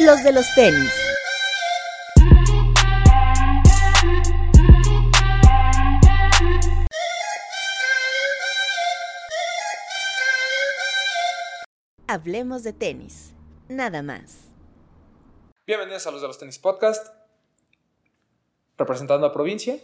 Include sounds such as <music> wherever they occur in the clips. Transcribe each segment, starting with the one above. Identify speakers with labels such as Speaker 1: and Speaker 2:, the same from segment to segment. Speaker 1: los de los tenis. Hablemos de tenis, nada más.
Speaker 2: Bienvenidos a los de los tenis podcast. Representando a provincia.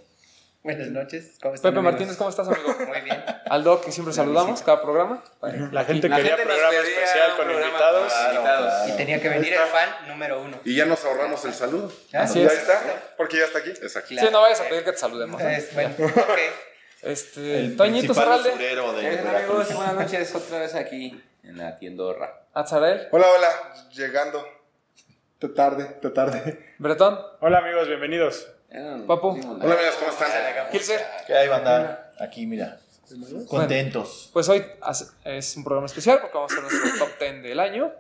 Speaker 3: Buenas noches, ¿cómo están?
Speaker 2: Pepe
Speaker 3: amigos?
Speaker 2: Martínez, ¿cómo estás, amigo?
Speaker 3: Muy bien.
Speaker 2: Al Doc, que siempre saludamos cada programa.
Speaker 4: La gente
Speaker 5: La
Speaker 4: quería
Speaker 5: gente nos
Speaker 4: programa
Speaker 5: pedía
Speaker 4: especial
Speaker 5: un
Speaker 4: con
Speaker 5: programa
Speaker 4: invitados.
Speaker 5: con invitados.
Speaker 3: Y tenía que venir el fan número uno.
Speaker 6: Y ya nos ahorramos el saludo.
Speaker 2: Así
Speaker 5: Ya
Speaker 2: es.
Speaker 5: está, porque ya está aquí.
Speaker 6: Es aquí.
Speaker 2: Sí, no vayas a pedir que te saludemos. ¿eh?
Speaker 3: Entonces, bueno, ok.
Speaker 2: Este, Toñito Serralde,
Speaker 7: amigos, buenas noches otra vez aquí en la tiendorra.
Speaker 2: Azarael,
Speaker 5: Hola, hola, llegando. Te tarde, te tarde.
Speaker 2: Bretón,
Speaker 4: Hola amigos, bienvenidos.
Speaker 2: Papu.
Speaker 6: Hola, amigos, ¿cómo están?
Speaker 2: Gilser.
Speaker 8: ¿Qué hay, banda? Aquí, mira. Contentos.
Speaker 2: Pues hoy hace- es un programa especial porque vamos a hacer nuestro top 10 del año.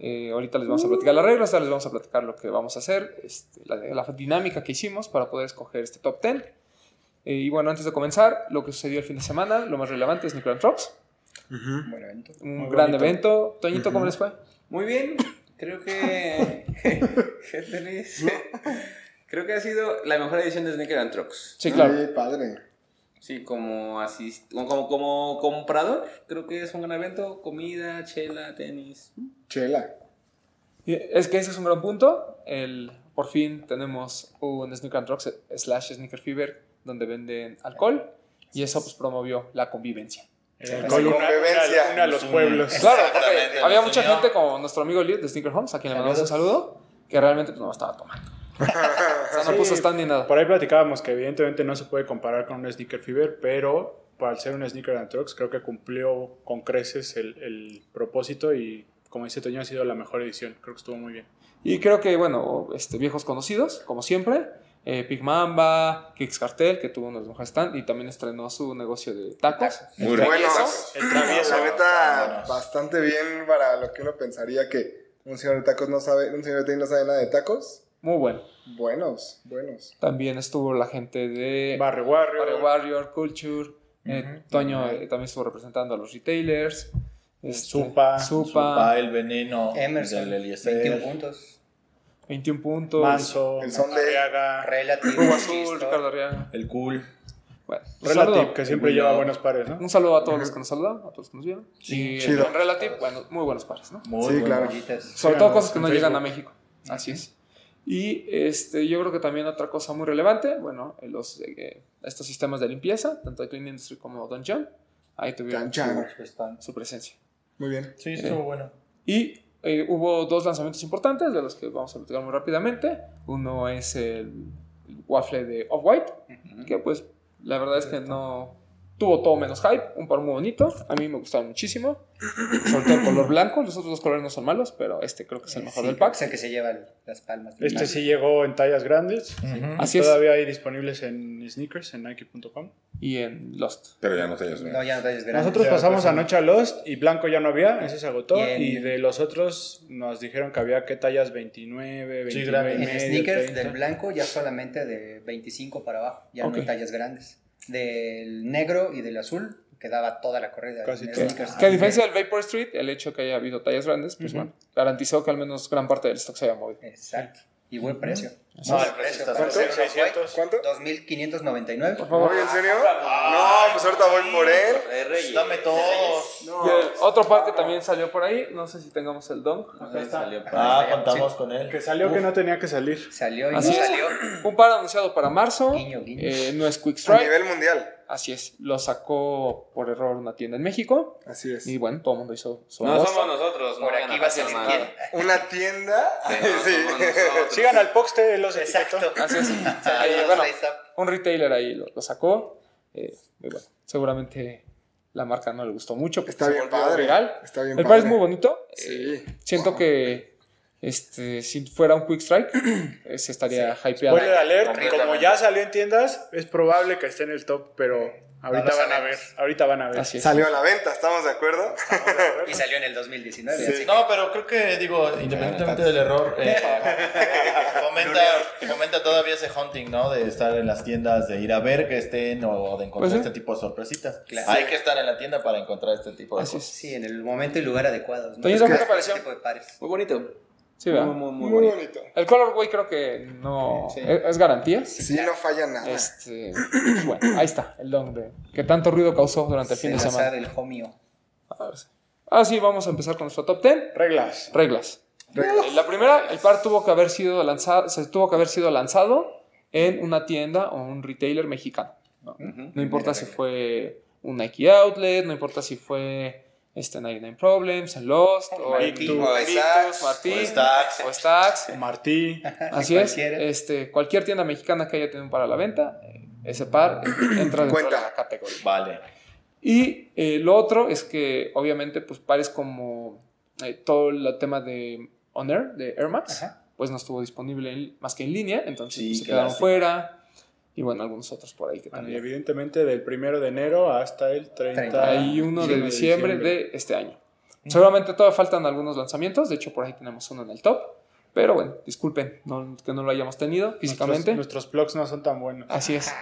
Speaker 2: Eh, ahorita les vamos a platicar las reglas, ahorita les vamos a platicar lo que vamos a hacer, este, la, la dinámica que hicimos para poder escoger este top 10. Eh, y bueno, antes de comenzar, lo que sucedió el fin de semana, lo más relevante es Nickelodeon Drops.
Speaker 3: Buen evento.
Speaker 2: Un
Speaker 4: Muy
Speaker 2: gran
Speaker 4: bonito.
Speaker 2: evento. Toñito, ¿cómo les fue?
Speaker 7: Muy bien, creo que. ¿Qué tenés? creo que ha sido la mejor edición de Sneaker and Trucks.
Speaker 2: Sí, claro.
Speaker 5: Sí, padre.
Speaker 7: Sí, como, asist como, como, como comprador, creo que es un gran evento. Comida, chela, tenis.
Speaker 5: Chela.
Speaker 2: Y Es que ese es un gran punto. El, por fin tenemos un Sneaker and Trucks slash Sneaker Fever donde venden alcohol y eso pues promovió la convivencia.
Speaker 4: El
Speaker 5: alcohol,
Speaker 4: Eh, una,
Speaker 5: convivencia,
Speaker 4: una- una a los pueblos.
Speaker 2: Claro, porque
Speaker 8: Exactamente,
Speaker 2: había
Speaker 8: nos
Speaker 2: mucha
Speaker 8: unió.
Speaker 2: gente como nuestro amigo Liv de Sneaker Homes, a quien le mandamos un saludo, que realmente pues, no estaba
Speaker 4: <laughs>
Speaker 2: tomando. o sea, no
Speaker 4: Sí.
Speaker 2: puso stand ni nada.
Speaker 4: Por ahí platicábamos que evidentemente no se puede comparar con un Sneaker Fever, pero para ser un Sneaker and Trucks creo que cumplió con creces el, el propósito y como dice Toño ha sido la mejor edición. Creo que estuvo muy bien.
Speaker 2: Y creo que, bueno, este, viejos conocidos, como siempre, eh, Big Mamba, Kix Cartel, que tuvo unos mejores stand, y también estrenó su negocio de tacos.
Speaker 6: Muy
Speaker 5: Bueno,
Speaker 6: bueno.
Speaker 4: El
Speaker 5: la
Speaker 4: travieso.
Speaker 5: neta, bastante bien para lo que uno pensaría que un señor de tacos no sabe, un señor de tenis no sabe nada de tacos.
Speaker 2: Muy bueno.
Speaker 5: Buenos, buenos.
Speaker 2: También estuvo la gente de
Speaker 4: Barrio Warrior.
Speaker 2: Mario Warrior, Culture. eh, Toño eh, también estuvo representando a los retailers. este,
Speaker 4: Supa,
Speaker 2: Supa,
Speaker 8: Supa, el veneno.
Speaker 3: Emerson,
Speaker 8: del
Speaker 3: 21
Speaker 8: Eliezer.
Speaker 3: puntos.
Speaker 2: 21 puntos.
Speaker 4: Manso.
Speaker 5: El son de-
Speaker 4: Arriaga,
Speaker 3: Relativo.
Speaker 2: Hugo Azul,
Speaker 3: listo.
Speaker 2: Ricardo Arriaga.
Speaker 8: El cool.
Speaker 2: Bueno, un
Speaker 4: Relative,
Speaker 2: saludo.
Speaker 4: que siempre lleva buenos pares, ¿no?
Speaker 2: Un saludo a todos los que nos saludaron, a todos los que nos vieron.
Speaker 8: Sí,
Speaker 2: y
Speaker 5: chido.
Speaker 2: en Relative, bueno, muy buenos pares, ¿no?
Speaker 8: Muy
Speaker 5: sí,
Speaker 8: bueno.
Speaker 5: claro.
Speaker 3: Joyitas.
Speaker 2: Sobre todo
Speaker 4: Síganos
Speaker 2: cosas que
Speaker 4: en
Speaker 2: no llegan a
Speaker 4: Facebook.
Speaker 2: México. Así es. Y este, yo creo que también otra cosa muy relevante, bueno, eh, los, eh, estos sistemas de limpieza, tanto de Clean Industry como Don John, ahí tuvieron
Speaker 5: Chan, chan.
Speaker 2: su- su presencia.
Speaker 5: Muy bien.
Speaker 8: Sí, estuvo bueno.
Speaker 2: Y eh, hubo dos lanzamientos importantes de los que vamos a platicar muy rápidamente. Uno es el waffle de Off-White, que pues la verdad es que no tuvo todo menos hype, un par muy bonito, a mí me gustaron muchísimo, sobre todo el color blanco, los otros dos colores no son malos, pero este creo que es el mejor
Speaker 3: Eh, Sí,
Speaker 2: del
Speaker 3: O
Speaker 2: pack.
Speaker 3: sea, que se llevan las palmas.
Speaker 4: Este sí llegó en tallas grandes.
Speaker 8: Ujú.
Speaker 2: Así es,
Speaker 4: Todavía hay disponibles en sneakers, en Nike.com.
Speaker 2: y en Lost.
Speaker 6: Pero ya no te hayas
Speaker 3: No, ya no te hayas grandes.
Speaker 4: Nosotros
Speaker 8: Ya,
Speaker 4: pasamos
Speaker 8: pues,
Speaker 4: anoche a Lost y blanco ya no había, ese se agotó.
Speaker 3: Y
Speaker 4: Y,
Speaker 3: en-
Speaker 4: de los otros nos dijeron que había que tallas 29, 29
Speaker 8: Sí,
Speaker 4: y
Speaker 8: grande.
Speaker 3: En
Speaker 4: medio,
Speaker 3: sneakers
Speaker 4: 30.
Speaker 3: del blanco ya solamente de 25 para abajo, ya no
Speaker 2: Ok.
Speaker 3: hay tallas grandes. Del negro y del azul quedaba toda la corrida.
Speaker 4: Casi
Speaker 3: en
Speaker 4: todo.
Speaker 3: sneakers.
Speaker 2: Que a diferencia del Vapor Street, el hecho de que haya habido tallas grandes, pues bueno, garantizó que al menos gran parte del stock se haya movido.
Speaker 3: Exacto. Y buen precio.
Speaker 8: No, el precio está
Speaker 3: ¿Cuánto?
Speaker 8: perfecto.
Speaker 4: 600.
Speaker 5: ¿Cuánto?
Speaker 3: 2.599.
Speaker 5: Oye, ¿en serio?
Speaker 2: Ah,
Speaker 5: No, pues ahorita voy por él.
Speaker 8: Dame todos.
Speaker 2: Y el otro par que también salió por ahí, no sé si tengamos el Dong.
Speaker 7: Acá salió
Speaker 8: Ah,
Speaker 3: Sí.
Speaker 8: contamos con él.
Speaker 4: Que salió que no tenía que salir.
Speaker 3: Salió y
Speaker 2: Así
Speaker 3: no
Speaker 2: es.
Speaker 3: salió.
Speaker 2: Un par anunciado para marzo.
Speaker 3: Guiño, guiño.
Speaker 2: eh, no es Quick
Speaker 5: A
Speaker 2: Strike.
Speaker 5: nivel mundial.
Speaker 2: Así es. Lo sacó por error una tienda en México.
Speaker 5: Así es.
Speaker 2: Y bueno, todo el mundo hizo su
Speaker 7: No
Speaker 2: agosto.
Speaker 7: somos nosotros, no
Speaker 3: Por
Speaker 7: vayan
Speaker 3: aquí
Speaker 7: a
Speaker 3: va a salir
Speaker 7: pasar
Speaker 3: quién.
Speaker 5: Una tienda.
Speaker 7: Sí, no
Speaker 5: <laughs> Sí.
Speaker 7: somos nosotros.
Speaker 4: Sigan al poste
Speaker 3: <laughs>
Speaker 4: los
Speaker 3: Exacto.
Speaker 4: etiquetó.
Speaker 2: Así
Speaker 5: <laughs>
Speaker 2: es.
Speaker 3: Salió
Speaker 2: Eh, bueno,
Speaker 3: Slice Up.
Speaker 2: un retailer ahí lo, lo sacó. Eh, y bueno, seguramente la marca no le gustó mucho. porque
Speaker 5: Está
Speaker 2: se
Speaker 5: bien
Speaker 2: volvió
Speaker 5: padre.
Speaker 2: viral.
Speaker 5: Está bien
Speaker 2: El par
Speaker 5: padre.
Speaker 2: es muy bonito. Eh,
Speaker 5: Sí.
Speaker 2: siento que este, si fuera un Quick Strike, eh, se estaría hypeado.
Speaker 4: Spoiler alert,
Speaker 7: Completamente.
Speaker 4: como ya salió en tiendas, es probable que esté en el top, pero ahorita
Speaker 3: No lo
Speaker 4: van a ver.
Speaker 3: sabemos.
Speaker 4: Ahorita van a ver.
Speaker 2: Así es.
Speaker 5: Salió a la venta, ¿estamos de acuerdo?
Speaker 3: Y salió en el 2019. así que-
Speaker 8: No, pero creo que, digo, independientemente del error, eh, fomenta, fomenta todavía ese hunting, ¿no? De estar en las tiendas, de ir a ver que estén o de encontrar
Speaker 2: Pues sí.
Speaker 8: este tipo de sorpresitas.
Speaker 3: Claro.
Speaker 8: Hay que estar en la tienda para encontrar este tipo de
Speaker 2: Así
Speaker 8: cosas.
Speaker 2: es.
Speaker 3: Sí, en el momento y lugar adecuados. ¿no?
Speaker 2: Toñito, ¿qué te
Speaker 3: Ese
Speaker 2: pareció?
Speaker 3: tipo de pares.
Speaker 7: Muy bonito.
Speaker 2: Sí, ¿verdad?
Speaker 7: Muy, muy, muy
Speaker 5: Muy
Speaker 7: bonito.
Speaker 5: bonito.
Speaker 2: El colorway creo que no
Speaker 7: Sí.
Speaker 2: es, es garantía.
Speaker 5: Sí, no falla nada.
Speaker 2: Este, <clears throat> pues bueno, ahí está el don de que tanto ruido causó durante el fin de
Speaker 3: Salazar,
Speaker 2: semana.
Speaker 3: el homio.
Speaker 2: A ver. Ah, sí, vamos a empezar con nuestro top 10.
Speaker 4: Reglas.
Speaker 2: Reglas. Eh, La primera, el par tuvo que haber sido lanzado, se tuvo que haber sido lanzado en una tienda o un retailer mexicano. No, No importa si fue un Nike Outlet, no importa si fue este 99 Problems, el Lost, o el
Speaker 3: Martí,
Speaker 2: Mitus,
Speaker 3: o Stacks,
Speaker 2: Martí,
Speaker 8: o Stacks.
Speaker 2: o
Speaker 4: <laughs>
Speaker 2: Stacks.
Speaker 4: Martí.
Speaker 2: Así es.
Speaker 3: Cualquiera.
Speaker 2: Este, cualquier tienda mexicana que haya tenido un par a la venta, eh, ese par eh, entra dentro
Speaker 5: Cuenta.
Speaker 2: de la categoría.
Speaker 8: Vale.
Speaker 2: Y eh, lo otro es que, obviamente, pues pares como eh, todo el tema de On Air, de Air Max,
Speaker 3: Ajá.
Speaker 2: pues no estuvo disponible en- más que en línea, entonces
Speaker 8: Sí,
Speaker 2: pues, se
Speaker 8: qué
Speaker 2: quedaron
Speaker 8: lástima.
Speaker 2: fuera. Y bueno, algunos otros por ahí que
Speaker 4: Bueno, y
Speaker 2: también.
Speaker 4: evidentemente del primero de enero hasta el 30.
Speaker 2: 31 de diciembre de este año. Seguramente todavía faltan algunos lanzamientos, de hecho por ahí tenemos uno en el top, pero bueno, disculpen no- que no lo hayamos tenido físicamente.
Speaker 4: Nuestros, nuestros blogs no son tan buenos.
Speaker 2: Así es,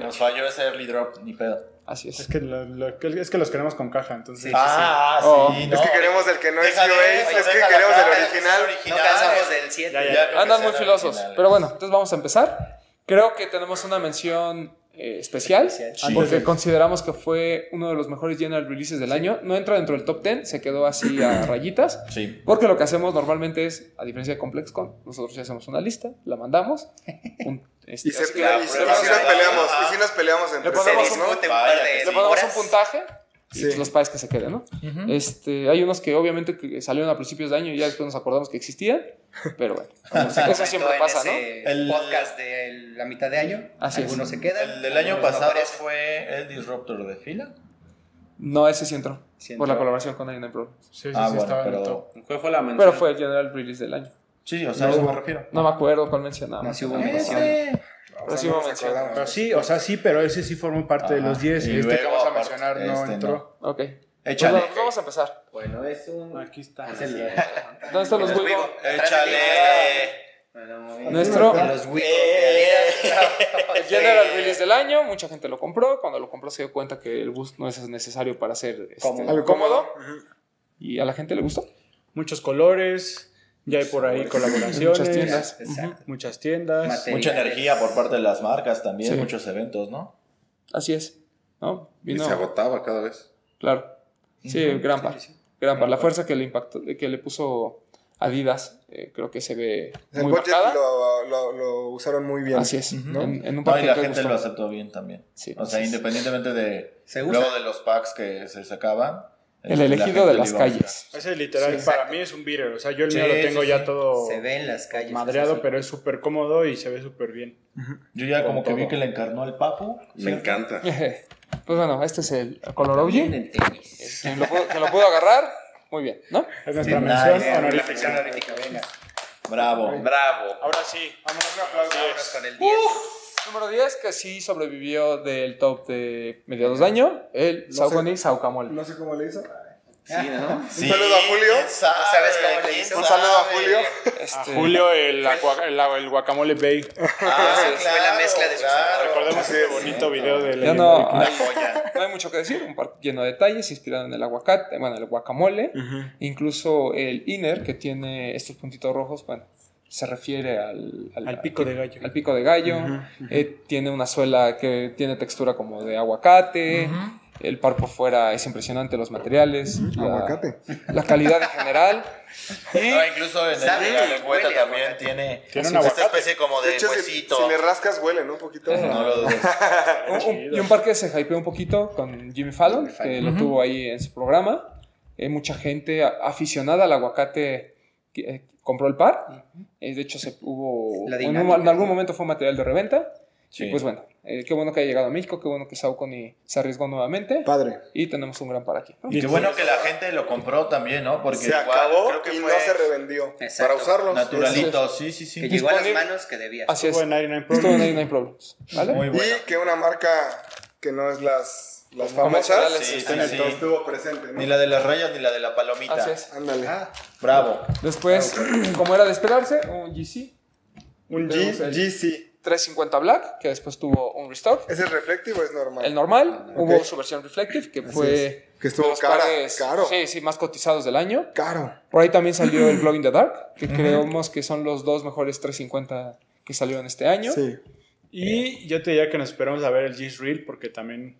Speaker 8: Nos falló ese early drop, ni pedo.
Speaker 2: así es.
Speaker 4: Es que, lo- lo- que- es que los queremos con caja, entonces.
Speaker 8: ah,
Speaker 2: Oh.
Speaker 8: sí, no.
Speaker 5: Es que queremos el que no eh, es
Speaker 8: Deja de
Speaker 5: UA,
Speaker 8: eso,
Speaker 5: es que
Speaker 8: deja la
Speaker 5: queremos el
Speaker 8: cara, el
Speaker 5: original.
Speaker 3: No
Speaker 8: original.
Speaker 3: cansamos del 7.
Speaker 4: Ya, ya.
Speaker 8: Ya, creo que
Speaker 2: Andan muy
Speaker 8: sean
Speaker 2: filosos,
Speaker 8: originales.
Speaker 2: pero bueno, entonces vamos a empezar. Creo que tenemos una mención eh, especial,
Speaker 3: Especial.
Speaker 4: Sí.
Speaker 2: porque
Speaker 4: Sí.
Speaker 2: consideramos que fue uno de los mejores general releases del año. No entra dentro del top 10, se quedó así
Speaker 3: <clears throat>
Speaker 2: a rayitas.
Speaker 8: Sí.
Speaker 2: Porque lo que hacemos normalmente es, a diferencia de ComplexCon, nosotros ya hacemos una lista, la
Speaker 3: <laughs>
Speaker 2: mandamos. un- este,
Speaker 5: Y se
Speaker 2: así que
Speaker 5: y- y si nos peleamos, y si nos peleamos entre
Speaker 2: Le ponemos
Speaker 5: todos,
Speaker 2: un-
Speaker 5: ¿no?
Speaker 3: Discute un
Speaker 8: Vaya,
Speaker 3: par de
Speaker 2: le ponemos un
Speaker 3: horas.
Speaker 2: puntaje y
Speaker 5: Sí.
Speaker 2: pues, los pares que se queden, ¿no? este, hay unos que obviamente que salieron a principios de año y ya después nos acordamos que existían, pero bueno, eso
Speaker 3: <laughs> Comentó
Speaker 2: siempre
Speaker 3: en
Speaker 2: pasa, ¿no?
Speaker 3: ese
Speaker 8: El-
Speaker 3: podcast de la mitad de año.
Speaker 2: Así es.
Speaker 3: algunos se quedan.
Speaker 8: El del año
Speaker 3: algunos no
Speaker 8: pasado
Speaker 3: aparecen.
Speaker 8: fue el disruptor de fila.
Speaker 2: No, ese sí entró.
Speaker 3: Sí
Speaker 2: Por
Speaker 3: entró.
Speaker 2: la colaboración con Alien Pro.
Speaker 4: Sí, sí,
Speaker 8: ah,
Speaker 4: sí,
Speaker 8: bueno,
Speaker 4: estaba en el
Speaker 8: pero-
Speaker 4: top.
Speaker 7: ¿Cuál fue la mención?
Speaker 2: Pero fue el general release del año.
Speaker 8: Sí, o sea, eso me refiero.
Speaker 2: No me acuerdo cuál mencionaba.
Speaker 3: No, sí hubo mención.
Speaker 8: Ese.
Speaker 2: Pero sí hubo
Speaker 5: nos
Speaker 2: mención.
Speaker 5: acordamos.
Speaker 4: Pero Ah, sí, o sea, sí, pero ese sí formó parte de
Speaker 8: Ajá.
Speaker 4: los 10.
Speaker 8: Y
Speaker 4: Y este que
Speaker 8: luego,
Speaker 4: vamos a
Speaker 8: aparte,
Speaker 4: mencionar no
Speaker 8: este
Speaker 4: entró.
Speaker 2: Ok. Pues
Speaker 8: Échale.
Speaker 2: bueno, pues vamos a empezar.
Speaker 7: Bueno, es un.
Speaker 4: Aquí está.
Speaker 3: Ah,
Speaker 7: es el-
Speaker 2: ¿Dónde están los
Speaker 3: Los
Speaker 2: Wigo?
Speaker 3: Wigo.
Speaker 8: Échale.
Speaker 7: Bueno, muy bien.
Speaker 2: Nuestro
Speaker 3: En los Wigo.
Speaker 8: Eh,
Speaker 2: el general release del año. Mucha gente lo compró. Cuando lo compró se dio cuenta que el boost no es necesario para hacer este,
Speaker 3: Cómodo.
Speaker 2: algo cómodo. Y a la gente le gustó.
Speaker 4: Muchos colores. Ya hay por ahí colaboraciones.
Speaker 2: Muchas tiendas.
Speaker 3: Exacto.
Speaker 4: Muchas tiendas.
Speaker 3: Material.
Speaker 8: Mucha energía por parte de las marcas también,
Speaker 2: Sí.
Speaker 8: muchos eventos, ¿no?
Speaker 2: Así es. ¿No?
Speaker 6: Y
Speaker 2: Vino.
Speaker 6: se agotaba cada vez.
Speaker 2: Claro. Sí, gran par. Gran par. La fuerza que le impactó, que le puso Adidas, eh, creo que se ve
Speaker 5: El
Speaker 2: muy
Speaker 5: budget
Speaker 2: marcada.
Speaker 5: lo, lo, lo usaron muy bien.
Speaker 2: Así es.
Speaker 8: Ujú.
Speaker 2: en, en un
Speaker 8: No, y
Speaker 2: partido
Speaker 8: la
Speaker 2: que
Speaker 8: gente
Speaker 2: gustó.
Speaker 8: lo aceptó bien también.
Speaker 2: Sí.
Speaker 8: O sea, independientemente de
Speaker 3: Se usa.
Speaker 8: luego de los packs que se sacaban.
Speaker 2: El
Speaker 8: este, la
Speaker 2: elegido
Speaker 8: gente
Speaker 2: de
Speaker 8: lo
Speaker 2: las
Speaker 8: iba a
Speaker 2: calles.
Speaker 4: Ese literal
Speaker 3: Sí,
Speaker 4: para mí es un beater. O sea, yo el
Speaker 8: Sí,
Speaker 4: mío lo tengo
Speaker 8: sí,
Speaker 4: ya
Speaker 8: sí.
Speaker 4: todo
Speaker 3: Se ve en las calles.
Speaker 4: madreado,
Speaker 3: Sí, sí.
Speaker 4: pero es súper cómodo y se ve súper bien.
Speaker 8: buscar. Yo ya como
Speaker 4: Con
Speaker 8: que vi
Speaker 4: todo.
Speaker 8: que le encarnó al papu.
Speaker 6: Me encanta.
Speaker 2: <laughs> pues bueno, este es el color
Speaker 3: Bien
Speaker 2: OG.
Speaker 3: en tenis.
Speaker 2: Quien lo, pudo- quien lo pudo agarrar, muy bien, ¿no?
Speaker 4: Es nuestra
Speaker 8: Sí,
Speaker 4: mención
Speaker 8: nice.
Speaker 3: La
Speaker 4: honorífica.
Speaker 3: ficción honorífica, venga.
Speaker 8: Bravo.
Speaker 7: Bravo.
Speaker 4: Ahora sí, vámonos con los
Speaker 3: Vámonos
Speaker 4: 10.
Speaker 3: con el 10.
Speaker 2: Número 10, que sí sobrevivió del top de mediados de año, el
Speaker 5: sé.
Speaker 2: Saucony Saucamol.
Speaker 5: No sé cómo le hizo.
Speaker 7: Sí,
Speaker 8: <laughs>
Speaker 7: ¿no?
Speaker 8: Sí,
Speaker 5: saludo a Julio.
Speaker 8: ¿quién sabe?
Speaker 3: ¿No sabes cómo le Ah,
Speaker 8: ¿Quién
Speaker 3: hizo?
Speaker 5: Un saludo a
Speaker 8: sabe?
Speaker 5: Julio.
Speaker 4: A
Speaker 2: Este,
Speaker 4: Julio el, agua- el, agua- el guacamole bay.
Speaker 8: Ah,
Speaker 3: Fue la mezcla de sus sabores.
Speaker 4: Recordemos ese bonito video de
Speaker 2: Ya
Speaker 4: la
Speaker 2: no,
Speaker 8: Una
Speaker 2: hay,
Speaker 8: joya.
Speaker 2: no hay mucho que decir, un par lleno de detalles, inspirado en el aguacate, bueno, el guacamole, incluso el inner que tiene estos puntitos rojos, bueno, se refiere al,
Speaker 4: Al pico de gallo.
Speaker 2: Ah, al pico de gallo, eh, tiene una suela que tiene textura como de aguacate, el par por fuera es impresionante, los materiales, la,
Speaker 5: Aguacate.
Speaker 2: la calidad en general.
Speaker 3: <laughs>
Speaker 8: No, incluso en
Speaker 3: Sabe,
Speaker 8: el la lengüeta
Speaker 3: huele a
Speaker 8: también tiene,
Speaker 4: Tiene un
Speaker 8: esta
Speaker 4: aguacate.
Speaker 8: especie como
Speaker 5: De
Speaker 8: de
Speaker 5: hecho, si,
Speaker 8: huesito.
Speaker 5: si le rascas, huelen un poquito.
Speaker 8: No lo dudes.
Speaker 4: Oh,
Speaker 2: Un- un- y un par que se hypeó un poquito con Jimmy Fallon,
Speaker 3: Jimmy
Speaker 2: que
Speaker 3: Fallon.
Speaker 2: lo tuvo ahí en su programa. Eh, mucha gente a- aficionada al aguacate que, eh, compró el par. Eh, de hecho, se hubo
Speaker 3: La
Speaker 2: en, un-
Speaker 3: dinámica,
Speaker 2: en algún
Speaker 3: ¿no?
Speaker 2: momento fue material de reventa.
Speaker 8: Sí.
Speaker 2: Y pues bueno, eh, qué bueno que haya llegado a México, qué bueno que Saucony se arriesgó nuevamente.
Speaker 5: Padre.
Speaker 2: Y tenemos un gran par aquí. ¿no?
Speaker 8: Y qué bueno que la gente lo compró también, ¿no? Porque
Speaker 5: se
Speaker 8: igual
Speaker 5: acabó
Speaker 8: creo que
Speaker 5: y
Speaker 8: fue
Speaker 5: no se revendió.
Speaker 3: Exacto.
Speaker 5: Para usarlos.
Speaker 8: naturalito. Sí, sí, sí.
Speaker 3: Que llegó a las
Speaker 2: Disponible.
Speaker 3: manos que debía.
Speaker 2: Así es.
Speaker 4: Estuvo en 99
Speaker 2: Estuvo en
Speaker 4: Problems.
Speaker 2: 99 Problems. ¿Vale?
Speaker 8: Muy bueno.
Speaker 5: Y que una marca que no es las, las famosas
Speaker 2: Comerciales,
Speaker 8: sí,
Speaker 5: está en
Speaker 8: sí,
Speaker 5: el
Speaker 8: sí.
Speaker 5: top, estuvo presente. ¿no?
Speaker 8: Ni la de las rayas ni la de la palomita.
Speaker 2: Así es.
Speaker 5: Ándale.
Speaker 8: Bravo.
Speaker 2: Después, <clears throat> como era de esperarse, un GC
Speaker 5: un G,
Speaker 2: Tenemos el-
Speaker 5: GC.
Speaker 2: 350 Black, que después tuvo un restock.
Speaker 5: ¿Ese es reflectivo o es normal?
Speaker 2: El normal,
Speaker 5: Ok.
Speaker 2: hubo su versión reflective, que fue
Speaker 5: que
Speaker 2: de
Speaker 5: estuvo
Speaker 2: los
Speaker 5: cara,
Speaker 2: pares,
Speaker 5: caro,
Speaker 2: Sí, sí, más cotizados del año.
Speaker 5: caro.
Speaker 2: Por ahí también salió el Glow in the Dark, que creemos que son los dos mejores 350 que salieron este año.
Speaker 5: Sí.
Speaker 4: Y yo te diría que nos esperamos a ver el G's Reel porque también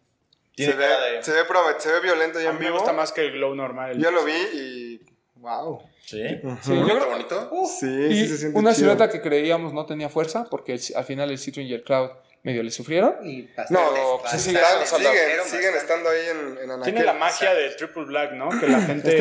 Speaker 8: Tiene
Speaker 5: se,
Speaker 8: cara
Speaker 5: ve,
Speaker 8: de-
Speaker 5: se, ve promet- se ve violento ya
Speaker 4: a
Speaker 5: en
Speaker 4: mí me
Speaker 5: vivo.
Speaker 4: gusta más que el Glow normal. el
Speaker 5: Yo lo
Speaker 4: G's.
Speaker 5: vi y. ¡Wow!
Speaker 8: Sí.
Speaker 2: Sí, yo creo-
Speaker 6: bonito.
Speaker 2: Uh,
Speaker 5: Sí,
Speaker 2: y
Speaker 5: sí se siente
Speaker 2: una
Speaker 5: chido.
Speaker 2: silueta que creíamos no tenía fuerza, porque el- al final el Citroën y el Cloud medio le sufrieron.
Speaker 3: Y
Speaker 5: No,
Speaker 3: Ah,
Speaker 2: pues, sí,
Speaker 5: están-
Speaker 2: claro,
Speaker 5: siguen, siguen estando ahí en, en Anaquel.
Speaker 4: Tiene la magia de Triple Black, ¿no? Que la gente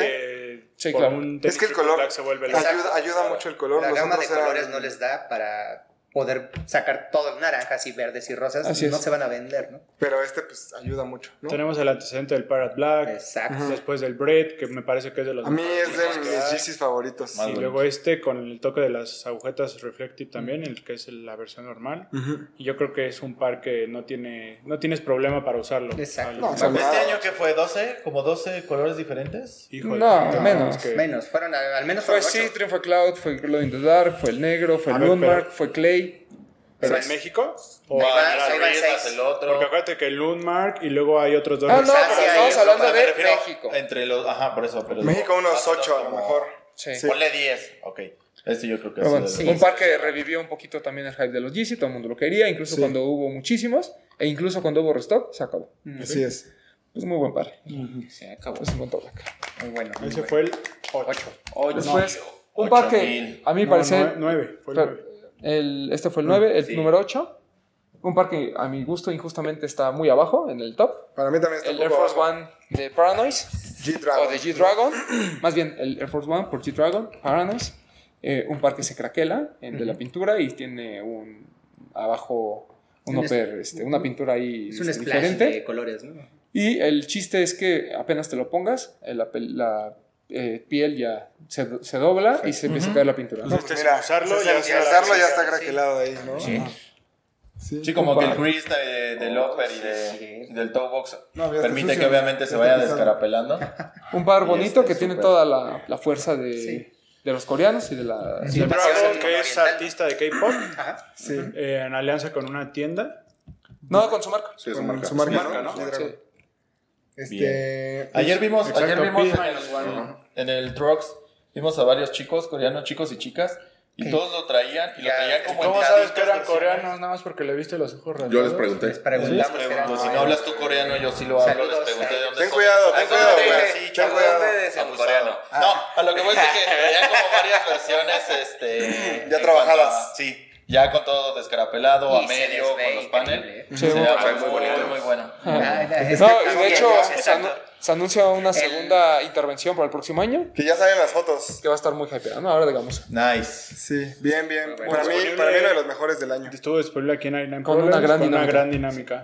Speaker 4: eh,
Speaker 2: Sí,
Speaker 4: por
Speaker 2: claro.
Speaker 4: un tenis
Speaker 5: ¿Este? Es que el
Speaker 4: Triple
Speaker 5: color
Speaker 4: Black se vuelve
Speaker 5: ayuda,
Speaker 4: loco.
Speaker 3: Exacto.
Speaker 5: ayuda mucho el color.
Speaker 3: La gama de
Speaker 5: Nosotros eran-
Speaker 3: colores no les da para poder sacar todo naranjas y verdes y rosas.
Speaker 2: Así
Speaker 3: no
Speaker 2: es.
Speaker 3: se van a vender, ¿no?
Speaker 5: Pero este, pues, ayuda mucho, ¿no?
Speaker 4: Tenemos el antecedente del Parrot Black,
Speaker 3: Exacto.
Speaker 4: después del Bread, que me parece que es de los
Speaker 5: A mí
Speaker 4: mejores.
Speaker 5: es de mis Yeezys favoritos.
Speaker 8: Más
Speaker 4: Y
Speaker 8: bonito.
Speaker 4: luego este con el toque de las agujetas Reflective también, el que es la versión normal.
Speaker 5: Ujú.
Speaker 4: Y yo creo que es un par que no tiene no tienes problema para usarlo.
Speaker 3: Exacto.
Speaker 4: Al-
Speaker 5: No, o sea,
Speaker 8: ¿Este año que fue? ¿12? ¿Como 12 colores diferentes?
Speaker 4: Híjole,
Speaker 2: No, menos.
Speaker 4: es que-
Speaker 3: Menos, fueron al, al menos
Speaker 2: Fue
Speaker 3: fueron ocho.
Speaker 2: Citroën, fue Cloud, fue Glow in the Dark, fue el negro, fue
Speaker 4: A
Speaker 2: el
Speaker 4: ver,
Speaker 2: Lundmark,
Speaker 4: pero-
Speaker 2: fue Clay.
Speaker 4: ¿Pero
Speaker 3: es-
Speaker 4: en México? O-
Speaker 3: Ahí van-
Speaker 8: era
Speaker 3: ahí van
Speaker 8: Rivas,
Speaker 3: seis.
Speaker 8: el otro.
Speaker 4: porque acuérdate que el Lundmark y luego hay otros dos.
Speaker 2: Ah, no,
Speaker 4: versiones.
Speaker 2: pero
Speaker 3: Asia,
Speaker 2: estamos
Speaker 3: Europa,
Speaker 2: hablando
Speaker 8: Me
Speaker 2: de
Speaker 8: refiero
Speaker 2: México.
Speaker 8: Entre los, ajá, por eso. Pero
Speaker 5: México, unos
Speaker 8: Más o menos
Speaker 5: 8 a lo
Speaker 8: como-
Speaker 5: mejor. Ah,
Speaker 2: Sí.
Speaker 5: Sí.
Speaker 8: Ponle 10. Ok. Este yo creo que
Speaker 2: Pero bueno,
Speaker 8: ha sido
Speaker 2: un par que revivió un poquito también el hype de los Yeezy, todo el mundo lo quería, incluso
Speaker 5: Sí.
Speaker 2: cuando hubo muchísimos, e incluso cuando hubo restock, se acabó.
Speaker 5: Así es.
Speaker 2: Es muy buen par.
Speaker 3: Se acabó.
Speaker 2: Es un buen toque.
Speaker 3: Muy bueno. muy
Speaker 4: Ese
Speaker 3: bueno.
Speaker 4: fue el 8.
Speaker 2: Después, un
Speaker 8: Ocho
Speaker 2: par que
Speaker 8: mil.
Speaker 2: a mi parecer
Speaker 4: 9, fue el
Speaker 2: Pero,
Speaker 4: 9.
Speaker 2: el- este fue el 9, el
Speaker 8: sí.
Speaker 2: número 8. Un par que a mi gusto injustamente está muy abajo en el top.
Speaker 5: Para mí también está
Speaker 2: El
Speaker 5: un
Speaker 2: Air
Speaker 5: poco
Speaker 2: Force
Speaker 5: abajo.
Speaker 2: One de Paranoise
Speaker 5: G-Dragon.
Speaker 8: Oh,
Speaker 2: o de G-Dragon. <clears throat> Más bien, el Air Force One por G-Dragon, Paranoise. Eh, un par que se craquela en- de la pintura y tiene un abajo, un
Speaker 3: Un es-
Speaker 2: upper, este, una pintura ahí
Speaker 3: Es un
Speaker 2: este,
Speaker 3: splash
Speaker 2: diferente.
Speaker 3: de colores, ¿no?
Speaker 2: Y el chiste es que apenas te lo pongas, el apel- la eh, piel ya se, do- se dobla y se empieza a caer la pintura.
Speaker 5: No,
Speaker 2: ¿no?
Speaker 5: pues
Speaker 4: Este,
Speaker 5: mira,
Speaker 4: sin usarlo,
Speaker 5: sin
Speaker 4: ya está-
Speaker 5: usarlo ya está
Speaker 3: sí.
Speaker 5: craquelado ahí, ¿no? Ajá. Sí.
Speaker 8: Sí, como
Speaker 2: Un
Speaker 8: que el
Speaker 2: par.
Speaker 8: crease de- del upper y de-
Speaker 3: sí, sí.
Speaker 8: del toe box
Speaker 5: No, ya está
Speaker 8: permite
Speaker 5: sucio,
Speaker 8: que obviamente
Speaker 5: ya
Speaker 8: se
Speaker 5: está
Speaker 8: vaya
Speaker 5: pisado.
Speaker 8: descarapelando.
Speaker 2: Un par
Speaker 8: Y
Speaker 2: bonito
Speaker 8: este,
Speaker 2: que tiene
Speaker 8: súper.
Speaker 2: toda la, la fuerza de,
Speaker 3: Sí.
Speaker 2: de los coreanos y de la...
Speaker 3: Sí,
Speaker 2: de la-
Speaker 3: pero-
Speaker 4: Dragon,
Speaker 3: Sí,
Speaker 4: que es
Speaker 3: oriental.
Speaker 4: artista de K-pop,
Speaker 3: Ajá.
Speaker 5: Sí.
Speaker 4: eh, en alianza con una tienda.
Speaker 2: no, con su marca.
Speaker 6: Sí, es un
Speaker 5: Con
Speaker 6: marca.
Speaker 5: su marca,
Speaker 4: marca,
Speaker 5: ¿no?
Speaker 4: ¿no? pues,
Speaker 5: G-Dragon.
Speaker 2: Sí.
Speaker 5: Este.
Speaker 8: Ayer vimos,
Speaker 4: Exacto,
Speaker 8: ayer vimos
Speaker 4: P-
Speaker 8: en, en el Trucks, vimos a varios chicos, coreanos, chicos y chicas, y todos lo traían, y lo
Speaker 3: Ya,
Speaker 8: traían como
Speaker 4: ¿Cómo
Speaker 8: en
Speaker 4: sabes
Speaker 8: distintas
Speaker 4: que eran
Speaker 8: versiones.
Speaker 4: coreanos? Nada más porque le viste los ojos
Speaker 6: Yo les
Speaker 4: rasgados.
Speaker 6: pregunté.
Speaker 3: Les preguntamos.
Speaker 8: Les
Speaker 3: que eran-
Speaker 8: pregunto, si no hablas tú coreano, yo sí lo hablo, les
Speaker 3: Saludos,
Speaker 8: pregunté de
Speaker 3: saludos.
Speaker 8: dónde
Speaker 5: Ten
Speaker 8: son.
Speaker 5: cuidado,
Speaker 8: Ah,
Speaker 5: ten
Speaker 8: ¿cómo
Speaker 5: cuidado,
Speaker 8: te
Speaker 5: güey.
Speaker 8: dicen?
Speaker 5: Ten cuidado.
Speaker 8: Sudcoreano. No, a lo que voy es que traían como varias versiones, este...
Speaker 5: Ya
Speaker 8: en
Speaker 5: trabajadas.
Speaker 8: cuanto a- Sí, ya con todo descarapelado,
Speaker 3: Y
Speaker 8: a
Speaker 3: se les
Speaker 8: medio,
Speaker 3: ve
Speaker 8: con los
Speaker 3: increíble,
Speaker 8: paneles.
Speaker 3: ¿eh?
Speaker 2: Sí,
Speaker 8: Se
Speaker 2: un
Speaker 8: ve
Speaker 2: par.
Speaker 8: muy bonito, muy bueno.
Speaker 3: Ah, ya, es
Speaker 2: No,
Speaker 3: que
Speaker 2: y
Speaker 3: también,
Speaker 2: de hecho
Speaker 3: ¿no?
Speaker 2: se, anu-
Speaker 3: Exacto.
Speaker 2: se anuncia una
Speaker 3: El-
Speaker 2: segunda intervención para el próximo año
Speaker 5: Que ya salen las fotos.
Speaker 2: que va a estar muy hypeada, ¿no? Ahora digamos.
Speaker 8: Nice.
Speaker 5: Sí, bien, bien.
Speaker 3: Bueno,
Speaker 5: para, mí,
Speaker 4: disponible-
Speaker 5: para mí uno de los mejores del año.
Speaker 4: Estuvo disponible aquí en Aina
Speaker 2: Con una gran dinámica.
Speaker 4: dinámica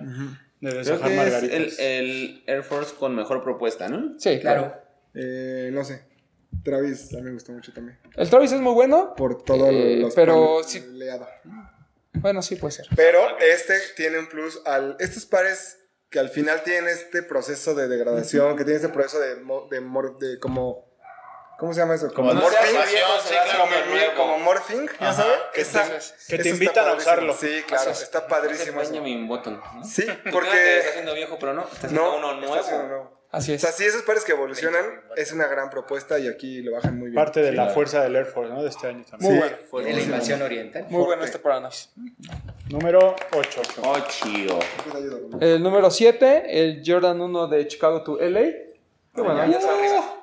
Speaker 4: de
Speaker 7: Creo
Speaker 4: deshojar
Speaker 7: que es
Speaker 4: margaritas.
Speaker 7: el, eh, el Air Force con mejor propuesta, ¿no?
Speaker 2: Sí, claro.
Speaker 3: Claro.
Speaker 5: Eh, no sé. Travis, a mí me gustó mucho también.
Speaker 2: El Travis es muy bueno.
Speaker 5: Por todo
Speaker 2: Eh,
Speaker 5: los
Speaker 2: pero
Speaker 5: pan-
Speaker 2: sí-
Speaker 5: leado.
Speaker 2: Bueno, sí puede ser.
Speaker 5: Pero este tiene un plus al. Estos pares que al final tienen este proceso de degradación, que tiene este proceso de, mo- de, mor- de como. ¿Cómo se llama eso?
Speaker 8: Como
Speaker 5: morphing.
Speaker 8: transformación, sí, claro,
Speaker 5: como,
Speaker 8: como nuevo.
Speaker 5: como morphing, ya sabes. Esa-
Speaker 4: que te
Speaker 5: eso está
Speaker 4: invitan a
Speaker 5: padrísimo.
Speaker 4: usarlo.
Speaker 5: Sí, claro, está padrísimo. eso.
Speaker 7: Benjamin Button. ¿no?
Speaker 5: Sí,
Speaker 7: Claro, te
Speaker 5: porque.
Speaker 7: estás haciendo viejo, pero no. Estás haciendo
Speaker 5: No,
Speaker 7: uno nuevo.
Speaker 5: está haciendo nuevo.
Speaker 2: Así
Speaker 5: O
Speaker 2: es.
Speaker 5: sea, sí, esos pares que evolucionan es una gran propuesta y aquí lo bajan muy bien.
Speaker 4: Parte de la
Speaker 8: claro.
Speaker 4: fuerza del Air Force, ¿no? De este año también.
Speaker 5: Sí,
Speaker 2: bueno.
Speaker 3: De la invasión oriental.
Speaker 2: Muy bueno este para nosotros.
Speaker 4: Número 8.
Speaker 7: Oh, chido.
Speaker 5: pues ayuda, ¿no?
Speaker 2: El número 7, el Jordan 1 de Chicago to LA. Que bueno, ya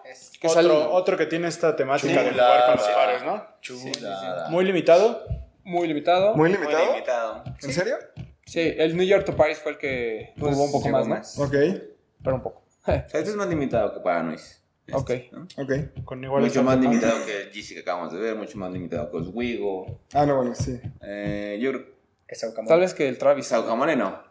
Speaker 3: Es-
Speaker 2: Que sale
Speaker 4: otro, otro que tiene esta temática de
Speaker 8: Chulada.
Speaker 4: jugar con los pares, ¿no?
Speaker 8: Chulada.
Speaker 4: Muy limitado.
Speaker 2: muy limitado.
Speaker 5: Muy
Speaker 7: Muy
Speaker 5: limitado.
Speaker 7: limitado.
Speaker 5: ¿En serio?
Speaker 2: Sí, el New York to Paris fue el que tuvo un poco
Speaker 7: llegó
Speaker 2: más, ¿no?
Speaker 5: Ok,
Speaker 2: Pero un poco.
Speaker 7: O sea, Este es más limitado que Paranoise. Este,
Speaker 2: Ok.
Speaker 7: ¿no?
Speaker 5: ok.
Speaker 4: Con
Speaker 7: Mucho
Speaker 4: igual
Speaker 7: más limitado que el GC que acabamos de ver, mucho más limitado que Oswego.
Speaker 5: Ah, no, bueno, sí.
Speaker 7: Eh, yo creo
Speaker 3: que es Saucamón.
Speaker 2: Tal vez que el Travis.
Speaker 7: Saucamone no.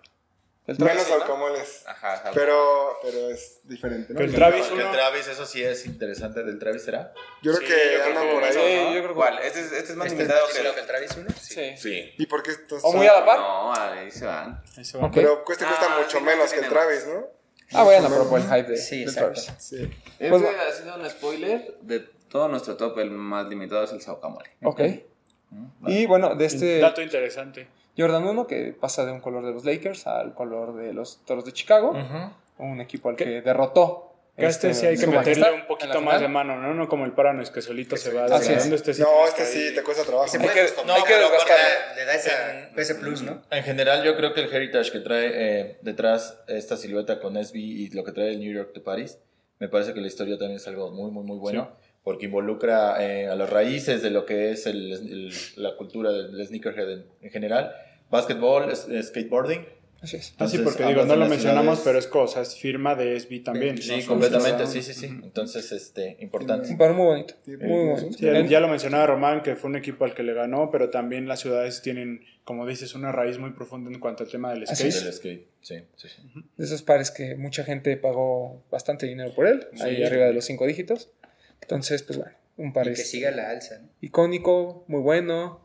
Speaker 2: El Travis
Speaker 5: Menos
Speaker 2: sí, ¿no?
Speaker 5: alcoholes.
Speaker 7: Ajá, Saucamone.
Speaker 5: Pero, pero es diferente, ¿no?
Speaker 4: Que el
Speaker 5: Yo
Speaker 4: Travis
Speaker 8: Porque el
Speaker 4: 1.
Speaker 8: Travis, eso sí es interesante del Travis, ¿será?
Speaker 5: creo que andan por
Speaker 2: Sí,
Speaker 5: ahí.
Speaker 2: yo creo que-
Speaker 7: ¿Cuál? Este es, este es más
Speaker 3: Este es
Speaker 7: limitado
Speaker 3: más
Speaker 7: que
Speaker 3: limitado que
Speaker 7: el...
Speaker 3: el Travis uno?
Speaker 2: Sí.
Speaker 6: Sí.
Speaker 5: ¿Y por qué estos
Speaker 2: O
Speaker 5: son-
Speaker 2: muy a la par.
Speaker 7: No, ahí se van.
Speaker 4: Ese va.
Speaker 2: Ok.
Speaker 5: Pero cuesta, cuesta
Speaker 7: Ah,
Speaker 5: mucho
Speaker 7: sí,
Speaker 5: menos
Speaker 7: sí,
Speaker 5: que el
Speaker 7: sí,
Speaker 5: Travis, ¿no?
Speaker 2: Ah, bueno, pero por el hype de,
Speaker 3: Sí,
Speaker 2: del
Speaker 3: exacto.
Speaker 2: Travis.
Speaker 5: Sí.
Speaker 7: Este
Speaker 2: Pues va.
Speaker 7: ha sido un spoiler de todo nuestro top. El más limitado es el Saucamole.
Speaker 2: Ok. Y bueno, de este
Speaker 4: Dato interesante.
Speaker 2: Jordan 1 que pasa de un color de los Lakers al color de los Toros de Chicago, un equipo al que derrotó
Speaker 4: Este sí hay que
Speaker 2: su
Speaker 4: meterle
Speaker 2: majestad,
Speaker 4: un
Speaker 2: en la
Speaker 4: poquito más
Speaker 2: final.
Speaker 4: de mano, ¿no? No como el Paranoid que solito se va
Speaker 2: Así es.
Speaker 4: desgranando. Este sí
Speaker 5: No,
Speaker 4: tienes
Speaker 5: este
Speaker 4: que ahí-
Speaker 5: sí, te cuesta trabajo.
Speaker 3: Se
Speaker 2: Hay
Speaker 3: puede
Speaker 2: que-
Speaker 3: descomponer,
Speaker 2: hay que
Speaker 3: pero aparte
Speaker 2: desgastar.
Speaker 3: Le da ese, ese plus, ¿no?
Speaker 8: En general, yo creo que el heritage que trae eh, detrás esta silueta con SB y lo que trae el New York de París, me parece que la historia también es algo muy, muy, muy bueno, porque involucra eh, a las raíces de lo que es el- el- la cultura del sneakerhead en, en general, basketball, es- es skateboarding.
Speaker 2: Así es.
Speaker 4: Ah, sí,
Speaker 8: Entonces,
Speaker 4: porque digo,
Speaker 8: ambas
Speaker 4: no
Speaker 8: son
Speaker 4: lo
Speaker 8: las
Speaker 4: mencionamos,
Speaker 8: ciudades-
Speaker 4: pero es cosa, es firma de SB también.
Speaker 8: Sí,
Speaker 4: ¿no?
Speaker 8: completamente, sí, sí, sí. Entonces, este, importante.
Speaker 2: Un par muy bonito. Muy
Speaker 5: bueno.
Speaker 2: bonito.
Speaker 4: Sí, ya- ya lo mencionaba Román, que fue un equipo al que le ganó, pero también las ciudades tienen, como dices, una raíz muy profunda en cuanto al tema del
Speaker 2: Así
Speaker 4: skate.
Speaker 2: es.
Speaker 8: Del skate, sí, sí, sí.
Speaker 2: De esos pares que mucha gente pagó bastante dinero por él, ahí arriba de los cinco dígitos. Entonces, pues bueno, un par
Speaker 3: Y que
Speaker 2: es
Speaker 3: siga la alza, ¿no?
Speaker 2: icónico, muy bueno.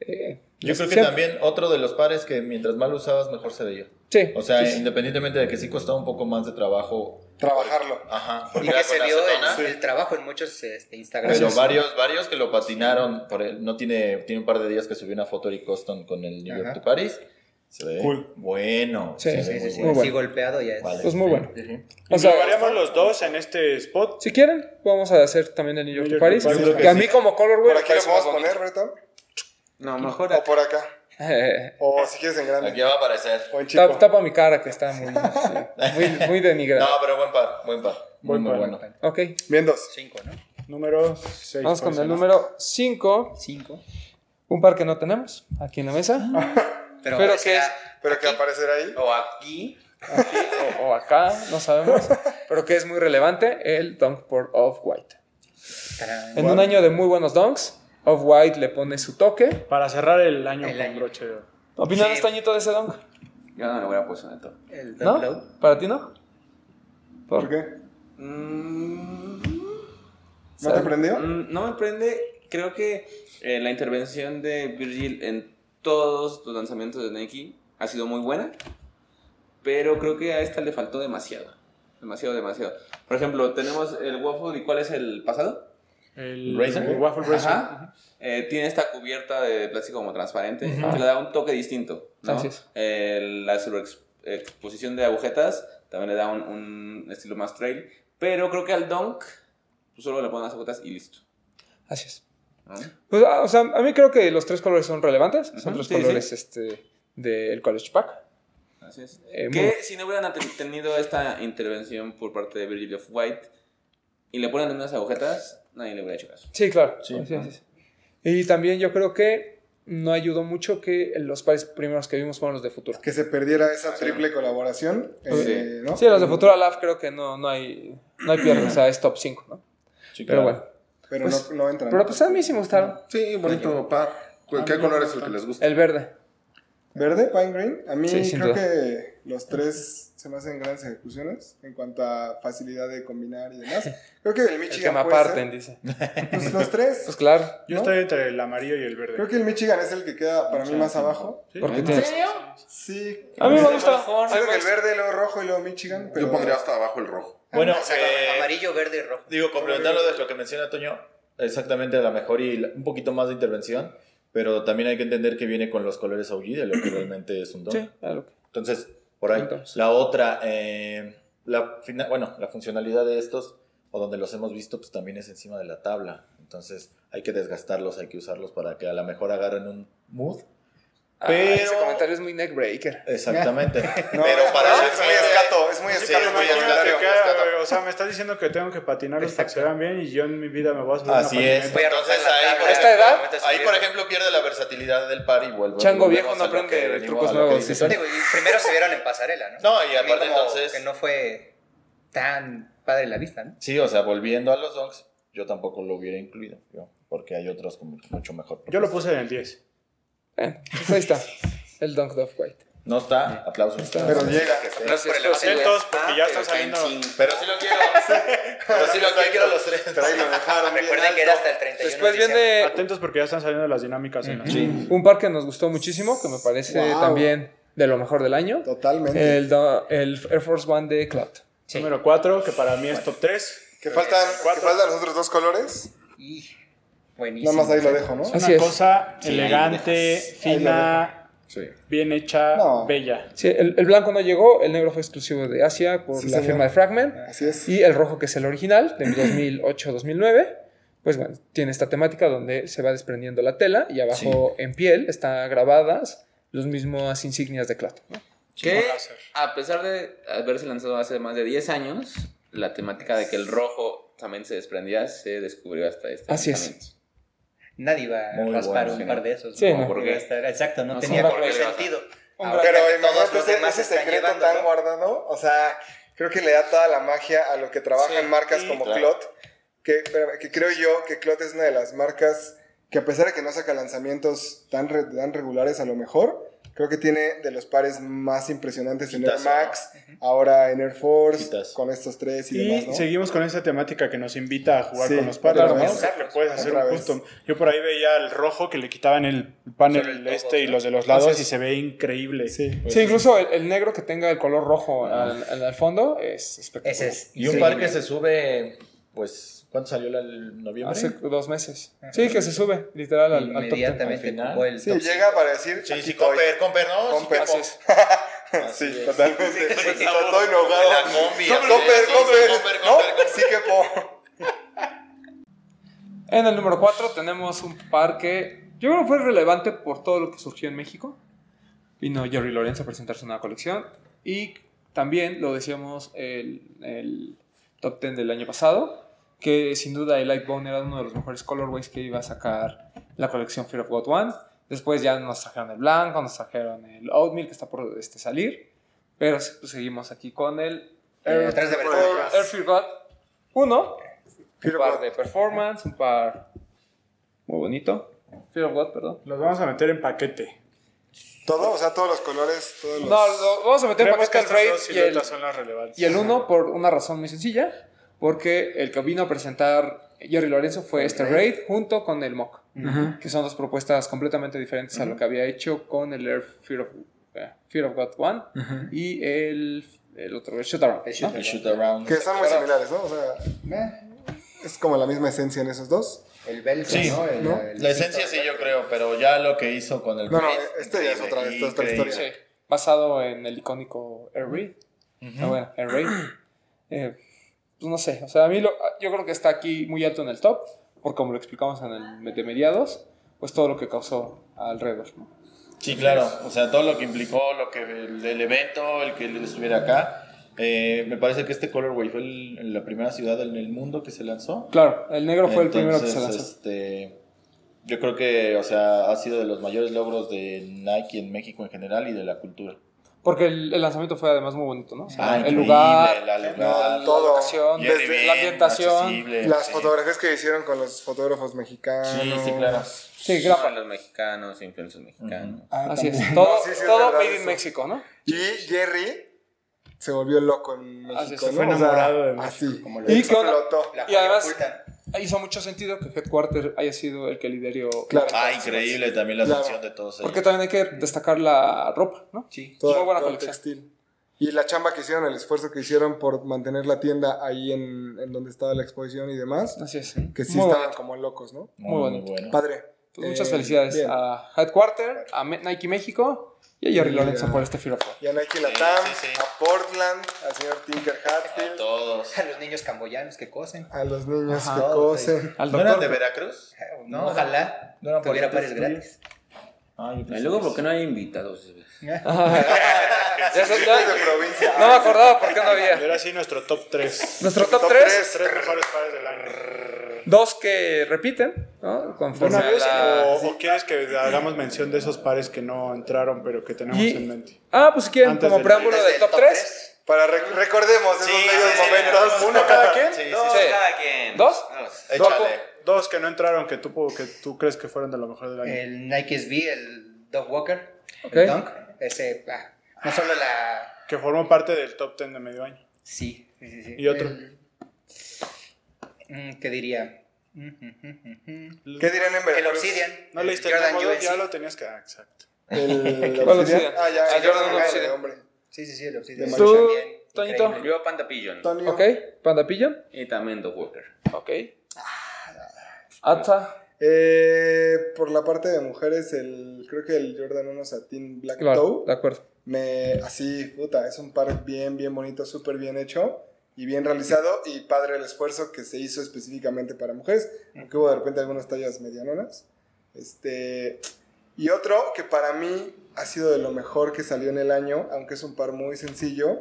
Speaker 2: eh,
Speaker 8: Yo creo que
Speaker 2: siempre-
Speaker 8: también otro de los pares que mientras más lo usabas, mejor se veía.
Speaker 2: Sí,
Speaker 8: O sea,
Speaker 2: sí, sí.
Speaker 8: independientemente de que sí costaba un poco más de trabajo.
Speaker 5: Trabajarlo.
Speaker 8: Ajá.
Speaker 3: Y
Speaker 8: porque
Speaker 3: que
Speaker 8: era
Speaker 3: se
Speaker 8: con
Speaker 3: vio
Speaker 8: acetona,
Speaker 3: el, el trabajo en muchos este, Instagram.
Speaker 8: Pero varios, varios que lo patinaron. Por el- no tiene, tiene un par de días que subió una foto Eric Coston con el New York
Speaker 3: Ajá.
Speaker 8: de París. Se ve
Speaker 4: Cool.
Speaker 8: bueno.
Speaker 2: Sí,
Speaker 8: se
Speaker 2: sí,
Speaker 3: Sí,
Speaker 8: ve
Speaker 3: sí,
Speaker 8: muy
Speaker 3: sí.
Speaker 2: Muy bueno.
Speaker 3: Sí, golpeado ya es.
Speaker 8: Vale,
Speaker 2: Pues muy
Speaker 8: sí.
Speaker 2: bueno.
Speaker 8: Ujú.
Speaker 2: O
Speaker 4: O
Speaker 2: sea,
Speaker 4: los dos en este spot.
Speaker 2: si quieren, vamos a hacer también el New York
Speaker 4: New
Speaker 2: de
Speaker 4: York
Speaker 2: París.
Speaker 4: de París,
Speaker 5: yo creo
Speaker 2: que
Speaker 5: que
Speaker 2: a
Speaker 5: sí.
Speaker 2: mí como color, güey,
Speaker 5: ¿Por
Speaker 2: me
Speaker 5: aquí lo
Speaker 2: parece más
Speaker 5: podemos
Speaker 2: bonito.
Speaker 5: poner, Reto?
Speaker 7: No, mejor.
Speaker 5: ¿O por acá?
Speaker 2: Eh,
Speaker 5: O si quieres en
Speaker 8: Aquí
Speaker 5: grande.
Speaker 8: va a aparecer.
Speaker 5: O en
Speaker 2: <laughs>
Speaker 5: chico.
Speaker 2: tap- tapa mi cara que está muy, sí, muy, muy
Speaker 3: <laughs>
Speaker 8: No,
Speaker 2: denigrada.
Speaker 8: pero buen par, buen par. Muy,
Speaker 4: Buen
Speaker 8: muy
Speaker 4: par.
Speaker 8: Mm, bueno.
Speaker 2: Ok,
Speaker 5: Bien, dos.
Speaker 3: Cinco, ¿no?
Speaker 4: Número pues, 6.
Speaker 2: vamos con el número 5.
Speaker 3: Cinco.
Speaker 2: Un par que no tenemos aquí en la mesa.
Speaker 3: Pero,
Speaker 2: Pero
Speaker 3: ese
Speaker 2: que
Speaker 3: era-
Speaker 5: Pero que aparecerá ahí.
Speaker 7: O aquí.
Speaker 2: o, o acá, no sabemos, pero que es muy relevante, el dunk por Off-White.
Speaker 3: Tarán.
Speaker 2: En un año de muy buenos dunks, Off-White le pone su toque.
Speaker 4: Para cerrar el año
Speaker 3: El
Speaker 4: con
Speaker 3: año.
Speaker 4: broche de oro.
Speaker 2: ¿Opinan
Speaker 3: Sí.
Speaker 2: este añito de ese dunk?
Speaker 7: Yo no le voy a puesto en todo.
Speaker 3: El
Speaker 2: ¿No?
Speaker 3: Doug Lowe.
Speaker 2: ¿Para ti no?
Speaker 5: ¿Por qué? ¿No te prendió?
Speaker 7: Mm, No me prende. Creo que eh, la intervención de Virgil en todos los lanzamientos de Nike ha sido muy buena. Pero creo que a esta le faltó demasiado. Demasiado, demasiado. Por ejemplo, tenemos el waffle. ¿Y cuál es el pasado?
Speaker 4: El
Speaker 8: Razor.
Speaker 4: Waffle Razor.
Speaker 7: Ajá. Eh, tiene esta cubierta de plástico como transparente que le da un toque distinto. ¿no?
Speaker 2: Así es.
Speaker 7: Eh, la exposición de agujetas también le da un, un estilo más trail. Pero creo que al dunk pues, solo le ponen las agujetas y listo.
Speaker 2: Así es.
Speaker 7: ¿no?
Speaker 2: Pues, ah, o sea, a mí creo que los tres colores son relevantes. Son
Speaker 7: Ujú,
Speaker 2: los
Speaker 7: sí,
Speaker 2: colores este, del College Pack.
Speaker 7: Así es.
Speaker 2: Eh,
Speaker 7: que
Speaker 2: muy-
Speaker 7: si no hubieran aten- tenido esta intervención por parte de Virgil of White y le ponen unas agujetas, nadie le hubiera hecho caso.
Speaker 2: Sí, claro.
Speaker 8: Sí.
Speaker 2: Así es, así es. Y también yo creo que no ayudó mucho que los pares primeros que vimos fueron los de Futura.
Speaker 5: Que se perdiera esa triple colaboración. eh, ¿no?
Speaker 2: Sí, los de Futura Lab creo que no, no hay, no hay pierde, o sea, es top 5, ¿no?
Speaker 8: Sí,
Speaker 2: Pero
Speaker 8: claro.
Speaker 2: bueno.
Speaker 5: Pero
Speaker 2: Pues-
Speaker 5: no, no entran.
Speaker 2: Pero pues a mí sí me gustaron.
Speaker 6: Sí, bonito par. ¿Cu-
Speaker 2: Ah,
Speaker 6: ¿Qué color es el que les gusta?
Speaker 2: El verde.
Speaker 5: Verde, Pine Green. A mí
Speaker 2: Sí, sin
Speaker 5: creo
Speaker 2: duda.
Speaker 5: que los tres se me hacen grandes ejecuciones en cuanto a facilidad de combinar y demás.
Speaker 2: <laughs>
Speaker 5: Creo que el
Speaker 2: El que
Speaker 5: Michigan.
Speaker 2: me
Speaker 5: puede ser.
Speaker 2: aparten, dice.
Speaker 5: Pues los tres.
Speaker 2: <laughs> Pues claro.
Speaker 4: Yo
Speaker 5: ¿no?
Speaker 4: estoy entre el amarillo y el verde.
Speaker 5: Creo que el Michigan es el que queda para mí más abajo.
Speaker 4: Sí.
Speaker 2: Porque tienes.
Speaker 5: Sí.
Speaker 2: A mí me gusta.
Speaker 5: Creo que el verde, luego rojo y luego Michigan. Pero
Speaker 6: Yo pondría hasta abajo el rojo.
Speaker 8: Bueno,
Speaker 3: O sea,
Speaker 8: eh,
Speaker 3: amarillo, verde y rojo.
Speaker 8: Digo, complementar lo de lo que menciona Toño, exactamente a la mejor y la- un poquito más de intervención, pero también hay que entender que viene con los colores OG
Speaker 2: <clears throat>
Speaker 8: de lo que realmente es un don.
Speaker 2: Sí, claro.
Speaker 8: Entonces, por ahí.
Speaker 2: Entonces.
Speaker 8: La otra, eh, la fina- bueno, la funcionalidad de estos, o donde los hemos visto, pues también es encima de la tabla. Entonces, hay que desgastarlos, hay que usarlos para que a lo mejor agarren un mood.
Speaker 2: Pero...
Speaker 8: Pero-
Speaker 2: ese comentario es muy neckbreaker.
Speaker 3: <laughs>
Speaker 8: Exactamente.
Speaker 5: No,
Speaker 8: pero
Speaker 5: no,
Speaker 8: para
Speaker 5: no,
Speaker 8: el
Speaker 5: es muy escato. Es muy
Speaker 8: Sí,
Speaker 5: escato.
Speaker 8: es muy
Speaker 5: muy escato.
Speaker 4: Imagínate que,
Speaker 8: escato.
Speaker 4: o sea, me estás diciendo que tengo que patinarlos para que se vean bien y yo en mi vida me voy a subir
Speaker 8: Así
Speaker 4: una
Speaker 8: es.
Speaker 4: patineta.
Speaker 3: pues, Voy a romper la
Speaker 8: Entonces, ahí,
Speaker 3: tabla
Speaker 8: por
Speaker 3: en
Speaker 2: esta
Speaker 3: el
Speaker 2: edad,
Speaker 3: momento de
Speaker 8: Ahí,
Speaker 3: subir.
Speaker 8: por ejemplo, pierde la versatilidad del par y vuelve.
Speaker 2: Chango
Speaker 8: volvemos
Speaker 2: viejo no
Speaker 8: a lo que
Speaker 2: aprende
Speaker 8: venimos,
Speaker 2: trucos
Speaker 8: a lo que
Speaker 2: nuevos,
Speaker 8: dice
Speaker 2: sí.
Speaker 8: Toño.
Speaker 3: Digo, y primero se vieron en pasarela, ¿no?
Speaker 8: No, y
Speaker 3: A mí
Speaker 8: aparte
Speaker 3: como
Speaker 8: entonces-
Speaker 3: Que no fue tan padre la vista, ¿no?
Speaker 8: Sí, o sea, volviendo a los donks, yo tampoco lo hubiera incluido, yo, porque hay otros con mucho mejor.
Speaker 4: Yo lo puse en el 10.
Speaker 2: Bueno, pues ahí está. El Dunk Dove White.
Speaker 8: No está, aplausos.
Speaker 5: Pero llega.
Speaker 3: Gracias por el
Speaker 4: Lo siento,
Speaker 3: vacío.
Speaker 4: porque ya están saliendo.
Speaker 8: Pero sí lo quiero. pero sí lo quiero los tres.
Speaker 5: Pero ahí lo dejaron. bien
Speaker 3: Recuerden que era hasta el 31
Speaker 2: Después
Speaker 3: de diciembre.
Speaker 2: viene
Speaker 4: Atentos porque ya están saliendo las dinámicas en la
Speaker 2: un par que nos gustó muchísimo, que me parece
Speaker 5: Wow.
Speaker 2: también de lo mejor del año.
Speaker 5: Totalmente.
Speaker 2: El, do- el Air Force One de Cloud.
Speaker 4: Número 4, que para mí es top 3.
Speaker 5: Que faltan, que faltan los otros dos colores.
Speaker 3: Y
Speaker 5: Nada
Speaker 3: buenísimo.
Speaker 5: más ahí lo dejo, ¿no?
Speaker 2: Así
Speaker 4: Una
Speaker 2: es.
Speaker 4: cosa elegante,
Speaker 5: Ahí lo
Speaker 4: fina,
Speaker 6: Sí.
Speaker 4: bien hecha,
Speaker 5: No.
Speaker 4: bella.
Speaker 2: Sí, el, el blanco no llegó, el negro fue exclusivo de Asia por
Speaker 5: Sí,
Speaker 2: la
Speaker 5: señor. Ah,
Speaker 2: firma de Fragment.
Speaker 5: Así es.
Speaker 2: Y el rojo, que es el original, de 2008-2009, pues bueno, tiene esta temática donde se va desprendiendo la tela y abajo en piel están grabadas las mismas insignias de Clato.
Speaker 5: Pues
Speaker 2: ¿no?
Speaker 7: Que
Speaker 4: Chimborazo.
Speaker 7: a pesar de haberse lanzado hace más de 10 años, la temática de que el rojo también se desprendía se descubrió hasta este
Speaker 2: Así es.
Speaker 7: lanzamiento.
Speaker 3: Nadie va a
Speaker 8: Muy
Speaker 3: raspar
Speaker 8: bueno,
Speaker 3: un
Speaker 8: sí.
Speaker 3: par de esos.
Speaker 2: Sí,
Speaker 3: ¿no?
Speaker 2: no.
Speaker 7: Porque-
Speaker 3: Estar- Exacto, no,
Speaker 7: No
Speaker 3: tenía
Speaker 7: son
Speaker 3: por qué
Speaker 7: las reglas.
Speaker 3: sentido. Ahora
Speaker 5: Pero
Speaker 3: que todos
Speaker 5: imagínate
Speaker 3: los
Speaker 5: ese,
Speaker 3: demás
Speaker 5: ese
Speaker 3: están
Speaker 5: secreto
Speaker 3: llevando,
Speaker 5: tan
Speaker 3: ¿no?
Speaker 5: guardado. O sea, creo que le da toda la magia a lo que trabajan
Speaker 7: Sí,
Speaker 5: marcas
Speaker 7: sí,
Speaker 5: como
Speaker 7: claro.
Speaker 5: Clot. Que, espérame, que creo yo que Clot es una de las marcas que, a pesar de que no saca lanzamientos tan, re- tan regulares, a lo mejor, creo que tiene de los pares más impresionantes en Air
Speaker 8: Hitazo, ¿no?
Speaker 5: Max, ahora en Air Force,
Speaker 8: Hitazo.
Speaker 5: con estos tres y,
Speaker 4: Y
Speaker 5: demás. ¿no?
Speaker 4: seguimos con esa temática que nos invita a jugar
Speaker 5: Sí,
Speaker 4: con los pares,
Speaker 5: otra
Speaker 4: ¿no?
Speaker 5: vez.
Speaker 4: O sea, que puedes hacer
Speaker 5: Otra
Speaker 4: un
Speaker 5: vez.
Speaker 4: custom. Yo por ahí veía el rojo que le quitaban el panel
Speaker 3: Sobre el
Speaker 4: este
Speaker 3: todo,
Speaker 4: y
Speaker 3: ¿no?
Speaker 4: los de los lados
Speaker 2: Así
Speaker 4: y
Speaker 2: es.
Speaker 4: se ve increíble.
Speaker 5: Sí. Ah.
Speaker 4: Pues,
Speaker 2: sí, incluso el, el negro que tenga el color rojo al, al- al fondo es espectacular.
Speaker 3: Ese es.
Speaker 8: Y un
Speaker 3: sí.
Speaker 8: par que se sube, pues, ¿cuánto salió la- el noviembre?
Speaker 2: Hace dos meses. Sí, que se sube, literal, al, al top ten.
Speaker 3: Ah, Inmediatamente
Speaker 8: al final.
Speaker 3: ocupó el
Speaker 5: Sí,
Speaker 3: top
Speaker 5: llega para decir.
Speaker 6: Sí,
Speaker 5: aquí
Speaker 6: sí,
Speaker 5: estoy.
Speaker 6: Comper, Comper, ¿no?
Speaker 5: Comper.
Speaker 6: Sí,
Speaker 2: Así es.
Speaker 5: <laughs> Sí,
Speaker 8: Así es.
Speaker 5: totalmente. <laughs>
Speaker 6: Sí, sí, sí.
Speaker 5: Estoy
Speaker 6: La
Speaker 5: enojado.
Speaker 6: combi,
Speaker 5: Comper,
Speaker 6: así es.
Speaker 5: Comper,
Speaker 6: Comper,
Speaker 5: ¿no?
Speaker 6: Comper, Comper.
Speaker 5: Sí que po.
Speaker 2: En el número 4 tenemos un par que yo creo que fue relevante por todo lo que surgió en México. Vino Jerry Lorenzo a presentar su nueva colección. Y también lo decíamos el, el top 10 del año pasado, que sin duda el Lightbone era uno de los mejores colorways que iba a sacar la colección Fear of God One. Después ya nos trajeron el blanco, nos trajeron el Oatmeal que está por este, salir. Pero pues, seguimos aquí con el
Speaker 3: Eh, atrás de
Speaker 5: Por
Speaker 3: verdad.
Speaker 5: atrás.
Speaker 2: Air Fear God 1,
Speaker 5: Fear
Speaker 2: un
Speaker 5: of
Speaker 2: par
Speaker 5: God.
Speaker 2: de performance, un par muy bonito. Fear of God, perdón.
Speaker 4: Los vamos a meter en paquete.
Speaker 5: Todo, o sea, todos los colores, todos los.
Speaker 2: No, lo- vamos a meter para
Speaker 4: Creemos
Speaker 2: que
Speaker 4: que
Speaker 2: el
Speaker 4: estas
Speaker 2: trade
Speaker 4: dos
Speaker 2: y el,
Speaker 4: siluetas son las relevantes.
Speaker 2: y el 1 por una razón muy sencilla. Porque el que vino a presentar Jerry Lorenzo fue este Raid junto con el Mock. Que son dos propuestas completamente diferentes a lo que había hecho con el Air Fear of, eh, Fear of God 1 y el, el otro, el Shoot Around. ¿no?
Speaker 8: El shoot around.
Speaker 5: Que son muy similares, ¿no? O sea, es como la misma esencia en esos dos.
Speaker 3: El belga,
Speaker 8: Sí,
Speaker 3: ¿no? El-
Speaker 5: ¿no?
Speaker 3: el-
Speaker 8: La esencia sí, yo creo, pero ya lo que hizo con el.
Speaker 5: No, no,
Speaker 8: Raid,
Speaker 5: este ya es otra vez, esta es otra
Speaker 8: increíble.
Speaker 5: historia.
Speaker 2: Sí, basado en el icónico Air Raid. Ah, bueno, Air Raid. Eh, pues no sé, o sea, a mí lo- yo creo que está aquí muy alto en el top, por como lo explicamos en el me- de mediados, pues todo lo que causó alrededor. ¿no?
Speaker 8: Sí, claro. O sea, todo lo que implicó, lo que el, el evento, el que él estuviera acá. Eh, me parece que este colorway fue el- la primera ciudad en el mundo que se lanzó.
Speaker 2: Claro, el negro fue el primero que
Speaker 8: Entonces,
Speaker 2: se lanzó.
Speaker 8: Este, yo creo que, o sea, ha sido de los mayores logros de Nike en México en general y de la cultura.
Speaker 2: Porque el, el lanzamiento fue además muy bonito, ¿no? O sea,
Speaker 8: Ah,
Speaker 2: el
Speaker 8: increíble,
Speaker 2: lugar,
Speaker 8: la
Speaker 2: la,
Speaker 8: lugar,
Speaker 5: todo.
Speaker 2: locación,
Speaker 8: Jerry
Speaker 2: desde
Speaker 8: bien,
Speaker 2: la ambientación.
Speaker 8: accesible,
Speaker 5: Las
Speaker 8: sí.
Speaker 5: fotografías que hicieron con los fotógrafos mexicanos.
Speaker 8: Sí, sí, claro.
Speaker 2: Sí,
Speaker 7: Uno de
Speaker 2: grapa.
Speaker 7: los mexicanos, influencers mexicanos.
Speaker 2: Así es, todo,
Speaker 5: sí, sí, es
Speaker 2: todo
Speaker 5: verdad
Speaker 2: made in
Speaker 5: eso.
Speaker 2: México, ¿no?
Speaker 5: Y Jerry se volvió loco en México,
Speaker 2: Así es, Ah, se
Speaker 5: ¿no?
Speaker 4: fue
Speaker 5: O sea,
Speaker 4: enamorado de México,
Speaker 5: Así.
Speaker 3: como lo
Speaker 2: Y que ahora-
Speaker 5: Explotó.
Speaker 3: la
Speaker 2: y además-
Speaker 3: joya oculta.
Speaker 2: hizo mucho sentido que Headquarter haya sido el que lideró.
Speaker 5: Claro.
Speaker 8: Ah, increíble también la
Speaker 5: Claro.
Speaker 8: función de todos ellos.
Speaker 2: Porque también hay que destacar la ropa, ¿no?
Speaker 3: Sí.
Speaker 5: Toda-
Speaker 2: Muy buena
Speaker 5: todo el
Speaker 2: colección.
Speaker 5: textil. Y la chamba que hicieron, el esfuerzo que hicieron por mantener la tienda ahí en, en donde estaba la exposición y demás,
Speaker 2: Así es.
Speaker 5: que sí
Speaker 2: Muy
Speaker 5: estaban
Speaker 2: bonito.
Speaker 5: como locos, ¿no?
Speaker 8: muy,
Speaker 2: muy
Speaker 8: muy
Speaker 2: bonito.
Speaker 8: bueno.
Speaker 5: Padre.
Speaker 2: Pues muchas
Speaker 5: Eh,
Speaker 2: felicidades
Speaker 5: bien.
Speaker 2: a Headquarter, a Me- Nike México y a Jerry
Speaker 5: Y
Speaker 2: Lorenzo
Speaker 5: a-
Speaker 2: por este <laughs>
Speaker 5: <laughs>
Speaker 2: Fear of God.
Speaker 5: Y a Nike Latam,
Speaker 8: sí, sí.
Speaker 5: a Portland, al señor Tinker
Speaker 8: A
Speaker 5: Hatfield,
Speaker 8: todos.
Speaker 3: A los niños camboyanos que cosen.
Speaker 5: a los niños
Speaker 2: Ajá. <laughs>
Speaker 5: que cosen.
Speaker 2: Al
Speaker 8: ¿No eran de
Speaker 2: doctor.
Speaker 8: Veracruz?
Speaker 3: No, ojalá
Speaker 8: No eran
Speaker 3: tuviera pares
Speaker 8: pares
Speaker 3: gratis.
Speaker 8: Ah, yo
Speaker 7: Y
Speaker 8: pensé
Speaker 7: luego,
Speaker 8: que
Speaker 7: ¿por qué no hay invitados?
Speaker 2: Ya sé, ya-
Speaker 5: de provincia.
Speaker 2: no me acordaba por qué no había.
Speaker 4: Ahora sí, nuestro top 3.
Speaker 2: Nuestro top
Speaker 5: Top
Speaker 2: 3,
Speaker 5: tres.
Speaker 4: Tres mejores pares del año.
Speaker 2: dos que repiten, ¿no?
Speaker 4: ¿De
Speaker 2: Conforme
Speaker 4: una
Speaker 2: a
Speaker 4: vez
Speaker 2: la...
Speaker 4: o, o quieres que hagamos mención de esos pares que no entraron pero que tenemos
Speaker 2: Y-
Speaker 4: en mente?
Speaker 2: Ah, pues si quieren,
Speaker 4: Antes
Speaker 2: como
Speaker 4: del-
Speaker 2: preámbulo
Speaker 3: Desde
Speaker 2: del
Speaker 3: el
Speaker 2: top 3,
Speaker 3: tres,
Speaker 5: Para rec- recordemos esos
Speaker 8: Sí,
Speaker 5: bellos
Speaker 8: sí, sí,
Speaker 5: momentos.
Speaker 8: recordemos.
Speaker 5: Uno cada quien.
Speaker 8: Sí, sí,
Speaker 7: Dos,
Speaker 2: sí.
Speaker 7: cada quien.
Speaker 2: ¿Dos?
Speaker 8: sí. Échale.
Speaker 4: Dos que no entraron que tú, que tú crees que fueron de lo mejor del año.
Speaker 3: El Nike SB, el Dog Walker,
Speaker 2: Ok.
Speaker 3: el Dunk. Ese, ah, no solo la.
Speaker 4: que formó parte del top 10 de medio año.
Speaker 3: Sí, sí, sí, sí.
Speaker 4: ¿Y otro?
Speaker 3: El- Mm, ¿Qué diría? Mm, mm, mm, mm, mm.
Speaker 5: ¿Qué dirán en
Speaker 3: El
Speaker 5: Veracruz?
Speaker 3: Obsidian.
Speaker 4: No
Speaker 3: el
Speaker 4: leíste el
Speaker 3: Jordan
Speaker 4: modo,
Speaker 3: UNC.
Speaker 4: ya lo tenías que... ah, exacto.
Speaker 5: El
Speaker 2: ¿Cuál
Speaker 5: Obsidian.
Speaker 2: Obsidian?
Speaker 5: Ah, ya,
Speaker 2: Ah, Jordan
Speaker 5: el Jordan
Speaker 2: Obsidian.
Speaker 5: Obsidian, hombre.
Speaker 3: Sí, sí, sí, el Obsidian.
Speaker 5: ¿Tú,
Speaker 3: También,
Speaker 2: Toñito?
Speaker 3: increíble.
Speaker 7: Yo, Panda Pigeon.
Speaker 5: Antonio.
Speaker 2: ok, Panda Pillon,
Speaker 7: Y también The Walker.
Speaker 2: ok. Atza,
Speaker 5: Eh, por la parte de mujeres, el, creo que el Jordan 1 Satin Black
Speaker 2: Claro,
Speaker 5: Toe.
Speaker 2: de acuerdo.
Speaker 5: Me, así, puta, es un par bien, bien bonito, súper bien hecho y bien realizado y padre el esfuerzo que se hizo específicamente para mujeres, aunque hubo de repente algunas tallas medianonas. Este, y otro que para mí ha sido de lo mejor que salió en el año, aunque es un par muy sencillo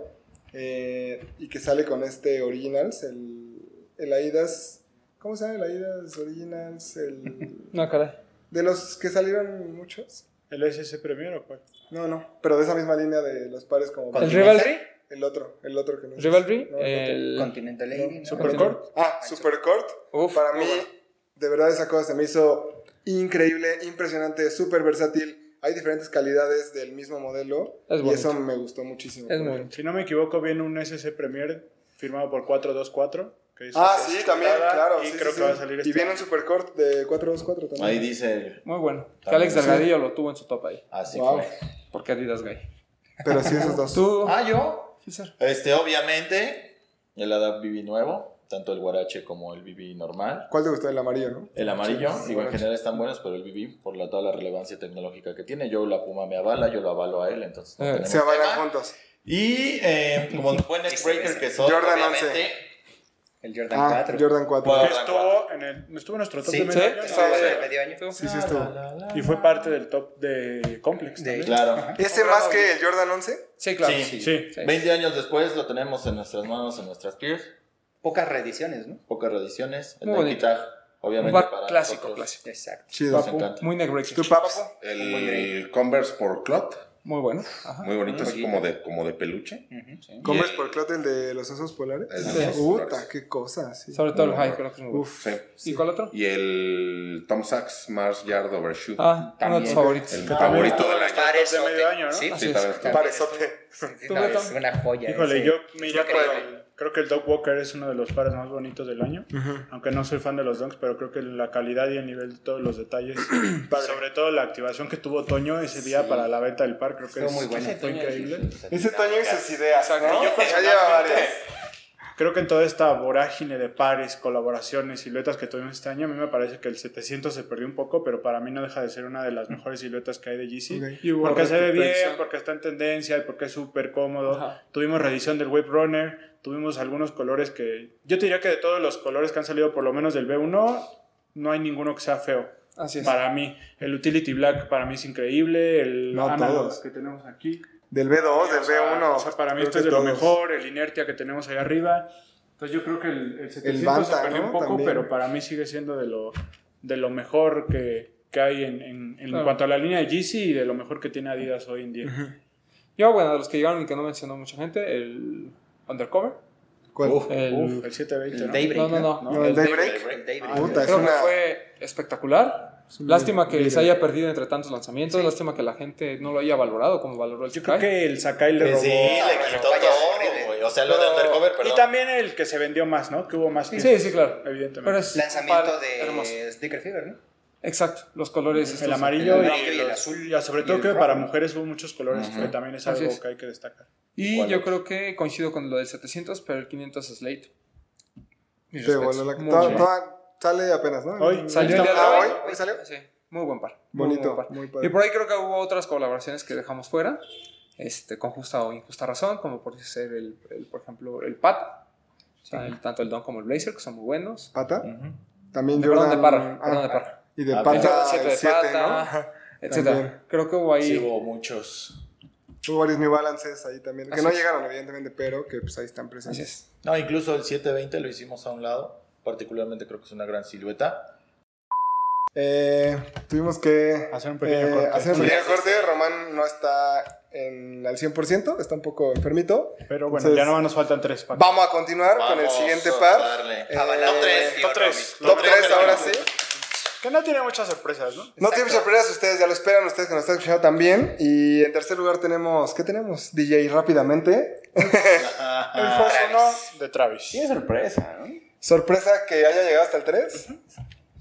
Speaker 5: eh, y que sale con este Originals, el, el Adidas, ¿cómo se llama el Adidas Originals? El,
Speaker 2: <laughs> No, caray.
Speaker 5: de los que salieron muchos.
Speaker 4: ¿El SS Premier o cuál?
Speaker 5: No, no, pero de esa misma línea de los pares como...
Speaker 2: El
Speaker 3: Continental.
Speaker 2: Rivalry,
Speaker 5: El otro, el otro que no es.
Speaker 2: Rivalry, eh,
Speaker 5: No, no,
Speaker 2: el...
Speaker 3: Continental Lady. ¿no?
Speaker 2: Supercourt.
Speaker 5: Ah, Supercourt.
Speaker 2: Uf,
Speaker 5: Para mí, de verdad, esa cosa se me hizo increíble, impresionante, súper versátil. Hay diferentes calidades del mismo modelo.
Speaker 2: Es
Speaker 5: y
Speaker 2: bonito.
Speaker 5: eso me gustó muchísimo.
Speaker 2: es muy bonito.
Speaker 4: Si no me equivoco, viene un SS Premier firmado por 424. que es-
Speaker 5: Ah,
Speaker 4: es
Speaker 5: sí, también,
Speaker 4: escotada,
Speaker 5: claro.
Speaker 4: Y
Speaker 5: sí,
Speaker 4: creo
Speaker 5: sí,
Speaker 4: que
Speaker 5: sí.
Speaker 4: va a salir
Speaker 5: Y
Speaker 4: este
Speaker 5: viene un
Speaker 4: año.
Speaker 5: Supercourt de 424 también.
Speaker 8: Ahí dice,
Speaker 2: Muy bueno. Que
Speaker 8: También
Speaker 2: Alex Delgadillo lo tuvo en su top ahí.
Speaker 8: así
Speaker 5: Wow.
Speaker 8: fue.
Speaker 2: Porque Adidas Gay.
Speaker 5: Pero sí, esos dos.
Speaker 2: <laughs> Tú,
Speaker 3: Ah, yo.
Speaker 2: sí, sir.
Speaker 8: Este, obviamente, el Adapt BB nuevo, tanto el Guarache como el BB normal.
Speaker 5: ¿Cuál te gustó? El amarillo, ¿no?
Speaker 8: El amarillo,
Speaker 5: Sí, sí,
Speaker 8: digo, en
Speaker 5: Guarache.
Speaker 8: general están buenos, pero el BB, por la, toda la relevancia tecnológica que tiene, yo la Puma me avala, yo lo avalo a él, entonces no
Speaker 2: Eh,
Speaker 8: tenemos
Speaker 5: Se avalan
Speaker 8: tema.
Speaker 5: juntos.
Speaker 8: Y eh, como buen breaker que soy,
Speaker 5: Jordan
Speaker 8: obviamente,
Speaker 3: El Jordan
Speaker 5: Ah,
Speaker 3: 4.
Speaker 5: Jordan 4.
Speaker 8: Wow.
Speaker 4: Que estuvo en, el, estuvo en nuestro top
Speaker 3: Sí,
Speaker 4: de medio
Speaker 2: sí,
Speaker 4: año,
Speaker 3: Este
Speaker 4: ¿no?
Speaker 3: es el medio año.
Speaker 5: Sí, sí, estuvo.
Speaker 4: Y fue parte del top de Complex.
Speaker 3: De-
Speaker 4: también.
Speaker 8: Claro.
Speaker 5: ¿Ese más que el Jordan 11?
Speaker 2: Sí, claro.
Speaker 8: Sí.
Speaker 4: Sí.
Speaker 2: Sí.
Speaker 8: 20 años después lo tenemos en nuestras manos, en nuestras peers.
Speaker 3: Pocas reediciones, ¿no?
Speaker 8: Pocas reediciones. El
Speaker 2: Muy
Speaker 8: Nike
Speaker 2: bonito.
Speaker 8: Tag, obviamente.
Speaker 2: Un bar
Speaker 8: para
Speaker 2: clásico,
Speaker 8: nosotros
Speaker 2: clásico.
Speaker 3: Exacto.
Speaker 5: Chido.
Speaker 8: Nos encanta.
Speaker 2: Muy neckbreaker.
Speaker 5: ¿Tu paps?
Speaker 6: El Converse por Clot,
Speaker 2: Muy bueno. Ajá.
Speaker 6: muy bonito, así
Speaker 3: Bonito.
Speaker 6: como de, como de peluche.
Speaker 8: Y
Speaker 5: ¿Comes
Speaker 8: el-
Speaker 5: por clot el de los osos polares?
Speaker 6: El de
Speaker 5: Sí.
Speaker 6: los osos
Speaker 5: Puta,
Speaker 6: polares.
Speaker 5: qué cosa. sí.
Speaker 2: Sobre todo el
Speaker 6: Muy
Speaker 2: high,
Speaker 6: bueno.
Speaker 2: creo que es muy bueno.
Speaker 5: Uf.
Speaker 6: Sí.
Speaker 2: ¿Y cuál otro?
Speaker 6: Y el Tom Sachs Mars Yard Overshoe.
Speaker 2: Ah, uno de
Speaker 3: También.
Speaker 2: tus favoritos.
Speaker 6: el favorito del año.
Speaker 3: Pares
Speaker 4: de medio año, ¿no?
Speaker 3: Sí,
Speaker 2: Así
Speaker 6: Sí,
Speaker 2: es.
Speaker 6: también está.
Speaker 5: Parezote.
Speaker 3: sí, sí,
Speaker 2: ¿Tú,
Speaker 3: no,
Speaker 2: Beto?
Speaker 3: es una joya.
Speaker 4: Híjole,
Speaker 3: ese.
Speaker 4: yo me iría por
Speaker 3: increíble.
Speaker 4: el- Creo que el Doc Walker es uno de los pares más bonitos del año. Aunque no soy fan de los Dunks, pero creo que la calidad y el nivel de todos los detalles. sobre todo la activación que tuvo Toño ese día para la venta del par, creo que
Speaker 3: Estuvo
Speaker 4: es,
Speaker 3: muy buena.
Speaker 4: fue increíble.
Speaker 5: Ese Toño y sus ideas, ¿no?
Speaker 4: yo
Speaker 5: Ya lleva varias.
Speaker 4: Creo que en toda esta vorágine de pares, colaboraciones, siluetas que tuvimos este año, a mí me parece que el 700 se perdió un poco, pero para mí no deja de ser una de las mejores siluetas que hay de Yeezy.
Speaker 5: Ok.
Speaker 2: Y hubo
Speaker 4: Porque se ve bien,
Speaker 2: restricción.
Speaker 4: porque está en tendencia y porque es súper cómodo.
Speaker 2: Ajá.
Speaker 4: Tuvimos reedición del Wave Runner, tuvimos algunos colores que... Yo te diría que de todos los colores que han salido, por lo menos del B1, no hay ninguno que sea feo.
Speaker 2: Así es.
Speaker 4: Para mí, el Utility Black para mí es increíble, el
Speaker 5: No,
Speaker 4: Analog
Speaker 5: todos.
Speaker 4: que tenemos aquí.
Speaker 5: Del B2, del
Speaker 4: O sea,
Speaker 5: B1.
Speaker 4: o sea, para mí
Speaker 5: creo
Speaker 4: esto es
Speaker 5: que
Speaker 4: de lo
Speaker 5: todos.
Speaker 4: mejor, el Inertia que tenemos ahí arriba. Entonces yo creo que el, el 700
Speaker 5: Banta,
Speaker 4: se perdió
Speaker 5: ¿no?
Speaker 4: un poco,
Speaker 5: También.
Speaker 4: pero para mí sigue siendo de lo, de lo mejor que, que hay en, en- en
Speaker 2: Claro.
Speaker 4: cuanto a la línea de Yeezy y de lo mejor que tiene Adidas hoy en día.
Speaker 2: Yo, bueno, de los que llegaron y que no mencionó mucha gente, el Undercover.
Speaker 5: ¿Cuál?
Speaker 2: El...
Speaker 4: Uf, el 720,
Speaker 3: El
Speaker 4: ¿no?
Speaker 3: Daybreak.
Speaker 2: no, no, no.
Speaker 5: No, el Daybreak.
Speaker 3: El Daybreak.
Speaker 5: Puta, es
Speaker 2: Creo que
Speaker 5: una.
Speaker 2: fue espectacular.
Speaker 5: es un
Speaker 2: Lástima que
Speaker 5: líder.
Speaker 2: se haya perdido entre tantos lanzamientos. Lástima que la gente no lo haya valorado como valoró el
Speaker 4: Yo creo
Speaker 2: Sky.
Speaker 4: que el Sakai le robó.
Speaker 8: Sí, le quitó todo, güey. O sea, lo de Undercover,
Speaker 4: y
Speaker 8: perdón.
Speaker 4: también el que se vendió más, ¿no? Que hubo más
Speaker 2: Sí,
Speaker 4: piezas,
Speaker 2: sí, claro.
Speaker 4: Evidentemente.
Speaker 2: Pero es un
Speaker 3: Lanzamiento
Speaker 2: par hermoso.
Speaker 3: de Sticker Fever, ¿no?
Speaker 2: Exacto, los colores. estos-
Speaker 4: el amarillo
Speaker 3: el
Speaker 4: y,
Speaker 3: amarillo y el
Speaker 4: los-
Speaker 3: azul
Speaker 4: ya, sobre
Speaker 3: y
Speaker 4: todo
Speaker 3: el
Speaker 4: que
Speaker 3: rojo.
Speaker 4: para mujeres hubo muchos colores,
Speaker 8: Ujú.
Speaker 4: que también es
Speaker 2: Así
Speaker 4: algo
Speaker 2: es.
Speaker 4: que hay que destacar.
Speaker 2: Y
Speaker 8: ¿Cuál
Speaker 2: yo
Speaker 8: es?
Speaker 2: creo que coincido con lo del 700, pero el 500 Slate. Mis
Speaker 5: Te
Speaker 2: respetos,
Speaker 5: voló la.
Speaker 2: muy
Speaker 5: toda-
Speaker 2: bueno.
Speaker 5: toda- Sale apenas, ¿no?
Speaker 4: Hoy
Speaker 2: Salió el día de
Speaker 5: Ah,
Speaker 2: hoy.
Speaker 5: hoy salió.
Speaker 2: Sí, muy buen par. muy
Speaker 5: Bonito,
Speaker 2: buen par.
Speaker 5: muy
Speaker 2: Y
Speaker 5: padre.
Speaker 2: por ahí creo que hubo otras colaboraciones que dejamos fuera, este, con justa o injusta razón, como por ser, el, el, por ejemplo, el Pat, o sea, el- tanto el Don como el Blazer, que son muy buenos.
Speaker 5: ¿Pata?
Speaker 8: Ujú.
Speaker 5: También
Speaker 2: De,
Speaker 5: Jordan.
Speaker 2: perdón, de Parra,
Speaker 5: ah,
Speaker 2: perdón, de Parra.
Speaker 5: Y de
Speaker 8: Ah,
Speaker 5: Pata,
Speaker 2: Jordan siete de
Speaker 5: el 7,
Speaker 2: Pata.
Speaker 5: ¿no?
Speaker 2: Etcétera.
Speaker 5: También.
Speaker 2: Creo que hubo ahí...
Speaker 8: Sí, hubo muchos.
Speaker 5: Hubo varios New Balances ahí también. Que
Speaker 2: Así
Speaker 5: no
Speaker 2: es.
Speaker 5: llegaron, evidentemente, pero que pues ahí están
Speaker 2: Así
Speaker 5: presentes.
Speaker 2: es.
Speaker 8: No, incluso el 720 lo hicimos a un lado. Particularmente creo que es una gran silueta.
Speaker 5: Eh, tuvimos que
Speaker 4: Hacer un pequeño
Speaker 5: eh,
Speaker 4: corte.
Speaker 5: hacer un pequeño corte. Román no está en, al 100%, está un poco enfermito.
Speaker 4: Pero bueno,
Speaker 5: Entonces,
Speaker 4: ya no nos faltan tres. para-
Speaker 5: Vamos a continuar con el
Speaker 8: Vamos
Speaker 5: siguiente
Speaker 8: a
Speaker 5: par.
Speaker 8: darle. Ah,
Speaker 5: Eh,
Speaker 3: Avalado
Speaker 5: top
Speaker 3: tres,
Speaker 5: tres,
Speaker 3: top tres.
Speaker 5: Top 3 ahora sí.
Speaker 4: Que no tiene muchas sorpresas, ¿no?
Speaker 5: No tiene sorpresas, ustedes ya lo esperan, ustedes que nos están escuchando también. Y en tercer lugar tenemos, ¿qué tenemos? DJ rápidamente.
Speaker 7: Ah,
Speaker 4: El Fast Uno de Travis.
Speaker 7: Tiene sorpresa, ¿no?
Speaker 5: Sorpresa que haya llegado hasta el 3.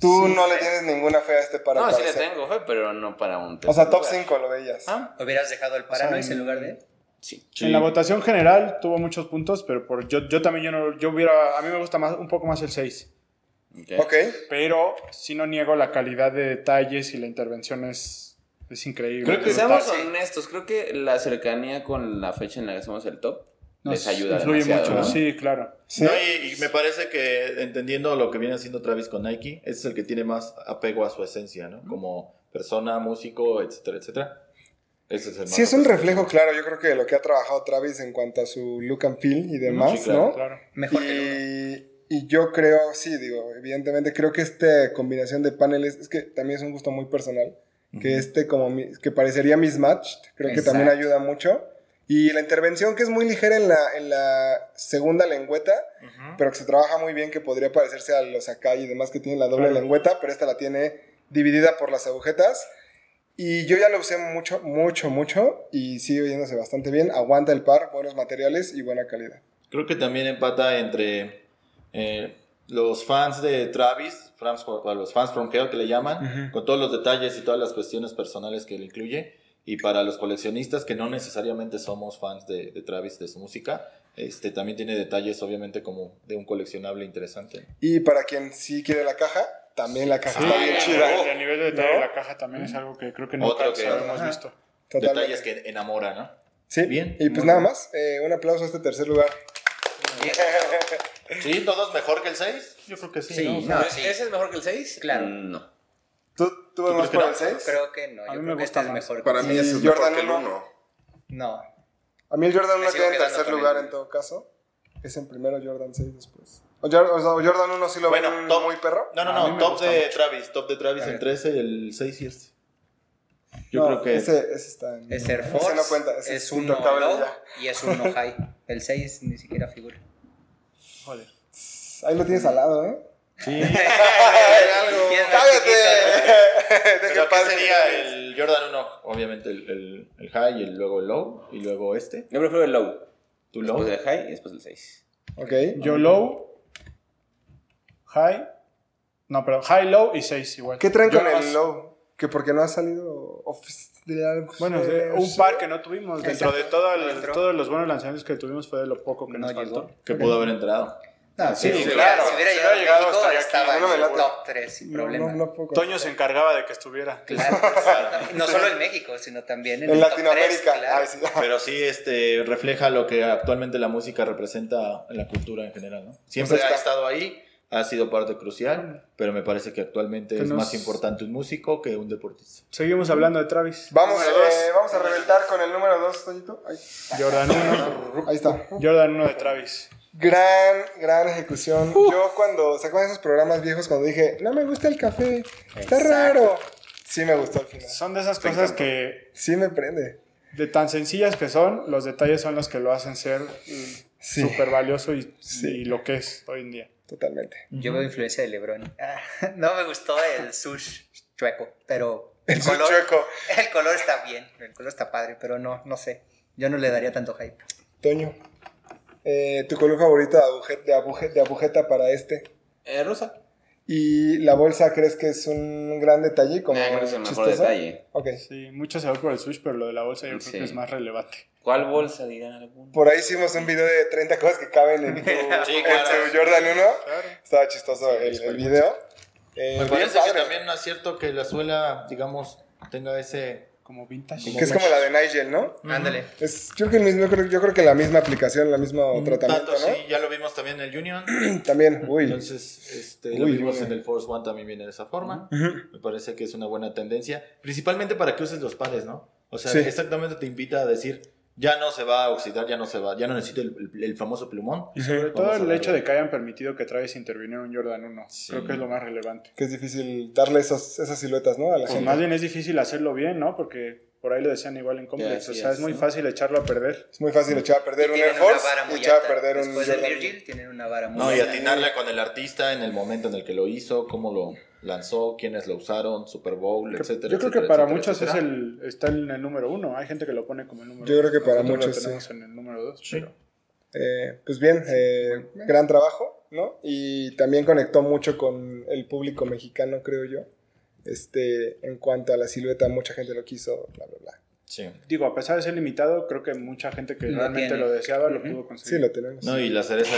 Speaker 5: Tú
Speaker 7: Sí,
Speaker 5: no le
Speaker 7: tres.
Speaker 5: tienes ninguna fe a este par. al
Speaker 7: No, sí le
Speaker 5: parecer.
Speaker 7: tengo fe, pero no para un
Speaker 5: O sea, top
Speaker 7: tercer
Speaker 5: 5 lo veías.
Speaker 7: Ah.
Speaker 3: Hubieras dejado el Paranoid
Speaker 5: Son-
Speaker 3: en lugar de.
Speaker 7: Sí.
Speaker 4: En la votación general tuvo muchos puntos, pero por, yo, yo también yo, no, yo hubiera... A mí me gusta más un poco más el 6.
Speaker 5: Ok.
Speaker 4: Pero sí no niego la calidad de detalles y la intervención es, es increíble.
Speaker 7: Creo que
Speaker 4: Brutal.
Speaker 7: seamos honestos, creo que la cercanía con la fecha en la que hacemos el top les ayuda
Speaker 4: influye
Speaker 7: demasiado,
Speaker 4: mucho.
Speaker 7: ¿no?
Speaker 4: Sí, claro.
Speaker 8: No, y, y me parece que entendiendo lo que viene haciendo Travis con Nike, es el que tiene más apego a su esencia, ¿no? Como persona, músico, etcétera, etcétera. Ese es el más
Speaker 5: Sí, es un
Speaker 8: apego.
Speaker 5: reflejo claro, yo creo que de lo que ha trabajado Travis en cuanto a su look and feel y demás,
Speaker 8: Sí, claro,
Speaker 5: ¿no?
Speaker 4: Claro.
Speaker 3: Mejor que el uno.
Speaker 5: y, y yo creo, sí, digo, evidentemente, creo que esta combinación de paneles, es que también es un gusto muy personal, que
Speaker 8: Ujú.
Speaker 5: este como mi- que parecería mismatched, creo que
Speaker 3: Exacto.
Speaker 5: también ayuda mucho. Y la intervención que es muy ligera en la, en la segunda lengüeta, pero que se trabaja muy bien, que podría parecerse a los Akai y demás que tienen la doble
Speaker 4: Claro.
Speaker 5: lengüeta, pero esta la tiene dividida por las agujetas. Y yo ya lo usé mucho, mucho, mucho y sigue viéndose bastante bien. Aguanta el par, buenos materiales y buena calidad.
Speaker 8: Creo que también empata entre eh, los fans de Travis, fans, o los fans from Hell que le llaman, con todos los detalles y todas las cuestiones personales que le incluye. Y para los coleccionistas que no necesariamente somos fans de, de Travis, de su música, este, también tiene detalles obviamente como de un coleccionable interesante.
Speaker 5: Y para quien sí quiere la caja, también la caja
Speaker 4: Sí,
Speaker 5: está
Speaker 4: el
Speaker 5: bien
Speaker 4: nivel-
Speaker 5: chida. ¿eh?
Speaker 4: El, nivel de detalle de
Speaker 5: ¿No?
Speaker 4: la caja también es algo que creo que
Speaker 8: Otro
Speaker 4: nunca
Speaker 8: que-
Speaker 4: lo hemos
Speaker 5: Ajá.
Speaker 4: visto.
Speaker 5: Totalmente.
Speaker 8: Detalles que enamoran, ¿no?
Speaker 5: Sí.
Speaker 8: Bien.
Speaker 5: Y pues
Speaker 8: Muy
Speaker 5: nada
Speaker 8: bien.
Speaker 5: más, eh, un aplauso a este tercer lugar.
Speaker 8: Sí, todos mejor que el 6. Yo creo que sí.
Speaker 3: Sí,
Speaker 8: ¿no?
Speaker 3: no,
Speaker 7: ¿Ese-
Speaker 3: sí.
Speaker 7: ¿Ese es mejor que el 6?
Speaker 3: Claro.
Speaker 7: Ah, No.
Speaker 5: ¿Tú, tú vas más
Speaker 8: crees que
Speaker 5: por
Speaker 8: no?
Speaker 5: el 6?
Speaker 3: Creo que no.
Speaker 4: A
Speaker 3: Yo
Speaker 4: mí me
Speaker 3: creo que este
Speaker 4: gusta
Speaker 3: es
Speaker 4: más.
Speaker 3: mejor.
Speaker 6: Para
Speaker 3: que-
Speaker 6: mí ese es
Speaker 5: Y Jordan
Speaker 6: mejor que el
Speaker 5: uno.
Speaker 6: 1.
Speaker 3: No.
Speaker 5: A mí el Jordan
Speaker 3: Me
Speaker 5: 1
Speaker 3: sigo
Speaker 5: queda en
Speaker 3: quedando
Speaker 5: tercer
Speaker 3: con
Speaker 5: lugar
Speaker 3: el-
Speaker 5: en todo caso. Es en primero Jordan 6 después. O Jor- o sea, o Jordan 1 sí lo
Speaker 8: Bueno,
Speaker 5: ven
Speaker 8: top.
Speaker 5: muy perro.
Speaker 8: No, no,
Speaker 4: A mí
Speaker 8: no.
Speaker 4: me
Speaker 8: Top
Speaker 4: gusta
Speaker 8: de Travis. Top de Travis
Speaker 3: A
Speaker 8: el
Speaker 3: ver.
Speaker 8: 13, el 6 y este. Yo
Speaker 5: No,
Speaker 8: creo que.
Speaker 5: Ese, ese está en.
Speaker 3: Es Air
Speaker 5: Ese
Speaker 3: Force.
Speaker 5: no cuenta. Ese
Speaker 3: es
Speaker 5: es
Speaker 3: uno
Speaker 5: intocable
Speaker 3: low
Speaker 5: ya.
Speaker 3: y es uno high. El 6 ni siquiera figura.
Speaker 5: Ahí lo tienes al lado, ¿eh?
Speaker 8: Sí.
Speaker 7: Ah,
Speaker 3: ¿Quién es chiquito,
Speaker 5: ¡Cállate! Deja
Speaker 8: Pero
Speaker 5: en
Speaker 8: ¿qué
Speaker 5: paz.
Speaker 8: sería el Jordan 1? Obviamente el, el, el high y el- luego el low. Y luego este.
Speaker 7: Yo prefiero el low.
Speaker 8: Tu low.
Speaker 7: Después del high y después del 6.
Speaker 5: Ok.
Speaker 4: Yo low, high, no, pero high, low y 6 igual.
Speaker 5: ¿Qué traen
Speaker 4: Yo
Speaker 5: con
Speaker 4: nada
Speaker 5: el
Speaker 4: más-
Speaker 5: low? Que porque no ha salido. oficial-
Speaker 4: Bueno, eh, un par que no tuvimos. Dentro
Speaker 3: Exacto.
Speaker 4: de todo el-
Speaker 3: Dentro.
Speaker 4: todos los buenos lanzamientos que tuvimos fue de lo poco que
Speaker 3: No
Speaker 4: nos faltó.
Speaker 3: llegó.
Speaker 8: Que pudo haber entrado.
Speaker 3: No, sí,
Speaker 8: Sí,
Speaker 3: si,
Speaker 4: claro.
Speaker 3: hubiera, si hubiera
Speaker 4: Si
Speaker 3: llegado,
Speaker 4: hubiera llegado,
Speaker 3: a México,
Speaker 4: estaría
Speaker 3: estaba
Speaker 5: aquí. No me
Speaker 3: en el
Speaker 5: late.
Speaker 3: top 3 sin
Speaker 5: No,
Speaker 3: problema.
Speaker 5: no, no puedo
Speaker 4: Toño se encargaba de que estuviera.
Speaker 3: Claro, pues, no solo en México, sino también en,
Speaker 5: En
Speaker 3: el top tres,
Speaker 5: Latinoamérica.
Speaker 3: claro.
Speaker 5: Ay, sí.
Speaker 8: Pero sí este, refleja lo que actualmente la música representa en la cultura en general. ¿no? Siempre
Speaker 5: Pues
Speaker 8: ha
Speaker 5: está.
Speaker 8: estado ahí, ha sido parte crucial, pero me parece que actualmente
Speaker 4: Que
Speaker 8: es
Speaker 4: nos-
Speaker 8: más importante un músico que un deportista.
Speaker 4: Seguimos hablando de Travis.
Speaker 5: Vamos,
Speaker 4: Número dos.
Speaker 5: eh, vamos a reventar con el número 2, Toñito. Ahí,
Speaker 4: Jordan 1.
Speaker 5: ahí está.
Speaker 4: Jordan 1 de Travis.
Speaker 5: Gran, gran ejecución. Yo cuando, ¿se acuerdan de esos programas viejos cuando dije, no me gusta el café? Está
Speaker 3: Exacto.
Speaker 5: raro. Sí me gustó al final.
Speaker 4: Son de esas cosas que,
Speaker 5: Sí me prende.
Speaker 4: de tan sencillas que son, los detalles son los que lo hacen ser
Speaker 5: Sí,
Speaker 4: súper valioso y,
Speaker 5: Sí.
Speaker 4: y lo que es hoy en día.
Speaker 5: totalmente.
Speaker 3: Yo veo influencia de Lebron. Ah, <laughs> no me gustó el sush chueco, pero el,
Speaker 5: <laughs> El
Speaker 3: color,
Speaker 5: chueco.
Speaker 3: <laughs> el color está bien, el color está padre, pero no, no sé. Yo no le daría tanto hype.
Speaker 5: Toño, eh, tu color favorito de agujeta, de, aguje- de agujeta para este.
Speaker 7: Eh, rusa.
Speaker 5: ¿Y la bolsa crees que es un gran detalle? Como
Speaker 7: Eh, creo que es el mejor
Speaker 5: chistoso?
Speaker 7: detalle.
Speaker 5: Ok.
Speaker 4: Sí, mucho se va por el switch, pero lo de la bolsa yo
Speaker 7: Sí.
Speaker 4: creo que es más relevante.
Speaker 7: ¿Cuál bolsa dirán algunos?
Speaker 5: Por ahí hicimos un video de 30 cosas que caben en tu, en
Speaker 8: claro.
Speaker 5: tu Jordan 1. Estaba chistoso el, el video. Eh,
Speaker 8: Me
Speaker 5: bien
Speaker 8: parece Pues que
Speaker 5: padre.
Speaker 8: también un acierto que la suela, digamos, tenga ese...
Speaker 4: Como vintage.
Speaker 5: Que es como la de Nigel, ¿no?
Speaker 3: Ándale.
Speaker 5: Es, yo, creo que el mismo, yo creo, yo creo que la misma aplicación, el mismo
Speaker 3: Mm,
Speaker 5: tratamiento,
Speaker 8: Tanto,
Speaker 5: ¿no?
Speaker 8: sí, ya lo vimos también en el Union.
Speaker 5: <clears throat> También, uy.
Speaker 8: Entonces, este, lo
Speaker 5: Uy,
Speaker 8: vimos
Speaker 5: uy.
Speaker 8: en el Force One también viene de esa forma. Me parece que es una buena tendencia. Principalmente para que uses los pares, ¿no? O sea,
Speaker 5: Sí.
Speaker 8: exactamente te invita a decir, ya no se va a oxidar, ya no se va, ya no necesito el, el- el famoso plumón.
Speaker 4: Y sobre todo
Speaker 8: Vamos a
Speaker 4: el
Speaker 8: ver.
Speaker 4: hecho de que hayan permitido que Travis interviniera en un Jordan 1. Creo que es lo más relevante.
Speaker 5: que es difícil darle esos, esas siluetas, ¿no? A la
Speaker 4: Pues
Speaker 5: gente.
Speaker 4: más bien es difícil hacerlo bien, ¿no? Porque por ahí lo decían igual en Complex.
Speaker 7: así
Speaker 4: o sea,
Speaker 7: es,
Speaker 4: es muy
Speaker 7: ¿no?
Speaker 4: fácil echarlo a perder.
Speaker 5: Es muy fácil echar a perder
Speaker 3: Y
Speaker 5: un
Speaker 3: tienen
Speaker 5: Air
Speaker 3: una
Speaker 5: Force
Speaker 3: vara muy
Speaker 5: y echar a
Speaker 3: alta.
Speaker 5: perder un
Speaker 3: Después de
Speaker 5: Jordan.
Speaker 3: Virgil tienen una vara muy
Speaker 8: No, y
Speaker 3: alta.
Speaker 8: atinarle con el artista en el momento en el que lo hizo, cómo lo lanzó, quiénes lo usaron, Super Bowl, etcétera.
Speaker 4: Yo creo que
Speaker 8: etcétera,
Speaker 4: para
Speaker 8: etcétera,
Speaker 4: muchos es
Speaker 8: etcétera.
Speaker 4: el, está en el número uno. Hay gente que lo pone como el número
Speaker 5: Yo creo que
Speaker 4: uno.
Speaker 5: para
Speaker 4: Nosotros
Speaker 5: muchos,
Speaker 4: lo tenemos en el número dos.
Speaker 8: Sí.
Speaker 4: pero-
Speaker 5: Eh, pues bien, eh, gran trabajo, ¿no? Y también conectó mucho con el público mexicano, creo yo. Este, en cuanto a la silueta, mucha gente lo quiso, bla, bla, bla.
Speaker 8: Sí.
Speaker 4: Digo, a pesar de ser limitado, creo que mucha gente que
Speaker 3: Lo
Speaker 4: realmente
Speaker 3: tiene.
Speaker 4: lo deseaba lo
Speaker 3: Ujú.
Speaker 4: pudo
Speaker 5: Sí,
Speaker 4: conseguir.
Speaker 5: lo tenemos.
Speaker 8: No, y la cereza,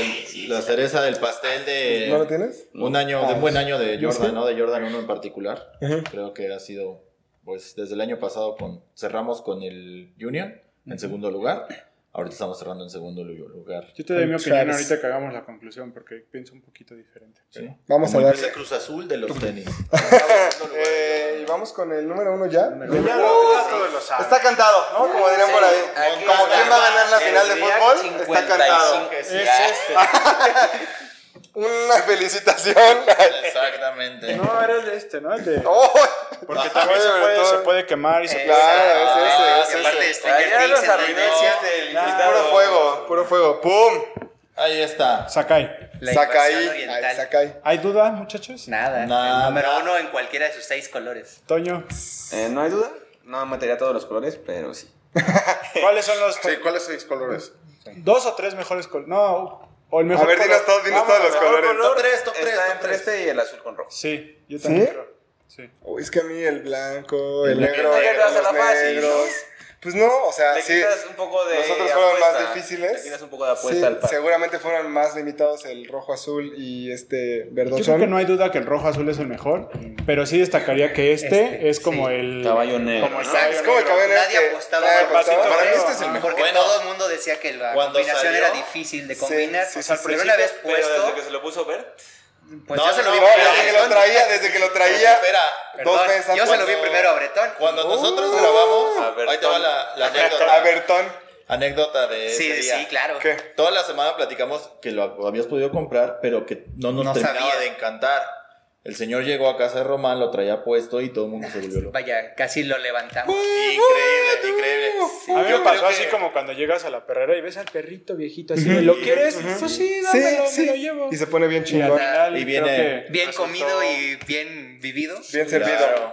Speaker 8: la cereza del pastel
Speaker 3: eh,
Speaker 8: de...
Speaker 5: ¿No lo tienes?
Speaker 8: Un año, de un buen año de
Speaker 5: ¿Yo
Speaker 8: Jordan,
Speaker 5: sí?
Speaker 8: ¿no? De Jordan 1 en particular.
Speaker 5: Ajá.
Speaker 8: Creo que ha sido, pues, desde el año pasado con, cerramos con el Union en segundo lugar. Ahorita estamos cerrando en segundo lu- lugar.
Speaker 4: Yo te doy mi
Speaker 5: Con
Speaker 4: opinión
Speaker 5: Travis.
Speaker 4: ahorita que hagamos la conclusión, porque pienso un poquito diferente.
Speaker 8: ¿sí?
Speaker 5: Vamos
Speaker 8: Como
Speaker 5: a
Speaker 8: el
Speaker 5: darle.
Speaker 8: Cruz- Cruz Azul de los
Speaker 6: <laughs>
Speaker 8: tenis.
Speaker 5: Eh, y vamos con el número uno ya.
Speaker 4: Número
Speaker 5: Ya,
Speaker 4: uno.
Speaker 5: ya,
Speaker 9: Todo lo sabe.
Speaker 5: Está cantado, ¿no? Como dirían por ahí.
Speaker 9: Aquí
Speaker 5: Como
Speaker 9: está.
Speaker 5: quién va a ganar la
Speaker 9: El
Speaker 5: final de
Speaker 9: día
Speaker 5: fútbol, está
Speaker 9: 55
Speaker 5: cantado.
Speaker 9: es este.
Speaker 5: Una felicitación.
Speaker 8: Exactamente.
Speaker 4: No, era el de este, ¿no? El de...
Speaker 5: ¡Oh!
Speaker 4: Porque también se
Speaker 5: Oye,
Speaker 4: puede,
Speaker 5: todo.
Speaker 4: se puede quemar y
Speaker 3: Eh,
Speaker 4: se puede...
Speaker 5: este, Claro,
Speaker 9: Ah,
Speaker 5: es
Speaker 9: que
Speaker 5: este. ese, es
Speaker 9: aparte
Speaker 5: ese.
Speaker 9: de Stranger
Speaker 7: Traería
Speaker 9: Things,
Speaker 7: las
Speaker 9: entonces,
Speaker 5: este,
Speaker 7: arruinas del
Speaker 5: Puro fuego, puro fuego. ¡Pum!
Speaker 8: Ahí está.
Speaker 4: Sakai.
Speaker 9: La
Speaker 5: Saca
Speaker 9: invasión
Speaker 5: ahí.
Speaker 9: oriental.
Speaker 5: ahí, Saca ahí.
Speaker 4: ¿Hay dudas, muchachos?
Speaker 3: Nada.
Speaker 8: Nada.
Speaker 3: El número uno en cualquiera de sus seis colores.
Speaker 4: Toño,
Speaker 7: Eh, no hay duda, no metería todos los colores, pero sí.
Speaker 4: ¿cuáles son los
Speaker 6: Sí, ¿cuáles seis colores?
Speaker 4: dos o tres mejores colores? No, o el mejor
Speaker 5: A ver, dinos
Speaker 4: color.
Speaker 5: todos, dinos
Speaker 4: Vamos,
Speaker 5: todos los
Speaker 4: mejor
Speaker 5: colores.
Speaker 4: color.
Speaker 8: tres, top tres,
Speaker 7: Está
Speaker 8: top
Speaker 7: entre este y el azul con rojo.
Speaker 4: Sí, yo también
Speaker 5: ¿Sí?
Speaker 4: creo. Sí.
Speaker 5: Uy, es que a mí el blanco, el,
Speaker 8: El
Speaker 5: negro,
Speaker 7: negro
Speaker 5: los
Speaker 7: se la fácil,
Speaker 5: negros. Pues no, o sea,
Speaker 7: Le
Speaker 5: sí.
Speaker 7: quitas un poco de
Speaker 5: Nosotros fueron más
Speaker 7: apuesta,
Speaker 5: difíciles.
Speaker 7: Le quitas un poco de
Speaker 5: Sí,
Speaker 7: apuesta al par.
Speaker 5: seguramente fueron más limitados el rojo, azul y este
Speaker 4: Yo creo que no
Speaker 5: verdochón.
Speaker 4: hay duda que el rojo azul es el mejor, pero sí destacaría que este,
Speaker 3: Este,
Speaker 4: es como
Speaker 3: sí.
Speaker 4: el
Speaker 7: Caballo negro.
Speaker 4: como el
Speaker 7: ¿no?
Speaker 5: Ah, Es como el cabello negro
Speaker 3: Nadie
Speaker 5: que-
Speaker 3: apostaba
Speaker 5: nadie
Speaker 3: por el
Speaker 5: apostaba.
Speaker 4: pasito
Speaker 5: este, Para mí
Speaker 4: feo.
Speaker 5: este es el
Speaker 4: Ajá.
Speaker 5: mejor.
Speaker 3: Porque
Speaker 8: Bueno.
Speaker 3: todo el mundo decía que la
Speaker 8: Cuando
Speaker 3: combinación era
Speaker 8: salió-
Speaker 3: difícil de
Speaker 5: Sí,
Speaker 3: combinar.
Speaker 5: sí,
Speaker 3: Sí,
Speaker 5: sí,
Speaker 3: sí,
Speaker 5: sí,
Speaker 3: pero
Speaker 5: sí,
Speaker 3: una vez
Speaker 7: Pero desde
Speaker 3: puesto,
Speaker 7: que se lo puso Bert,
Speaker 3: pues
Speaker 8: No,
Speaker 3: yo se lo
Speaker 8: no,
Speaker 3: vi
Speaker 5: No,
Speaker 3: primero.
Speaker 5: desde que lo traía, desde que lo traía.
Speaker 8: Espera.
Speaker 5: dos
Speaker 3: Perdón,
Speaker 5: veces
Speaker 3: Yo se lo vi
Speaker 8: cuando-
Speaker 3: primero a Bretón.
Speaker 8: Cuando
Speaker 6: Oh.
Speaker 8: nosotros
Speaker 7: A
Speaker 8: grabamos,
Speaker 7: ver,
Speaker 8: ahí te va
Speaker 7: Tom.
Speaker 8: la, la
Speaker 5: A
Speaker 8: anécdota,
Speaker 5: Bertón.
Speaker 8: anécdota de
Speaker 3: Sí,
Speaker 8: ese día.
Speaker 3: sí, claro.
Speaker 5: ¿Qué?
Speaker 8: Toda la semana platicamos que lo habías podido comprar, pero que no nos
Speaker 3: No
Speaker 8: terminaba
Speaker 3: sabía.
Speaker 8: de encantar. El señor llegó a casa de Román, lo traía puesto y todo el mundo se volvió loco.
Speaker 3: Vaya, casi lo levantamos.
Speaker 8: Increíble, increíble.
Speaker 4: A mí me
Speaker 8: Yo
Speaker 4: pasó
Speaker 8: creo
Speaker 4: así
Speaker 8: que-
Speaker 4: como cuando llegas a la perrera y ves al perrito viejito así, de, ¿lo quieres? Pues sí, dámelo, me lo llevo.
Speaker 5: Y se pone
Speaker 4: Y
Speaker 5: bien
Speaker 4: al
Speaker 5: chingón.
Speaker 4: final
Speaker 8: Y viene-
Speaker 4: creo que
Speaker 3: Bien
Speaker 4: resultó-
Speaker 3: comido y bien vivido.
Speaker 5: Bien
Speaker 8: Claro.
Speaker 5: servido.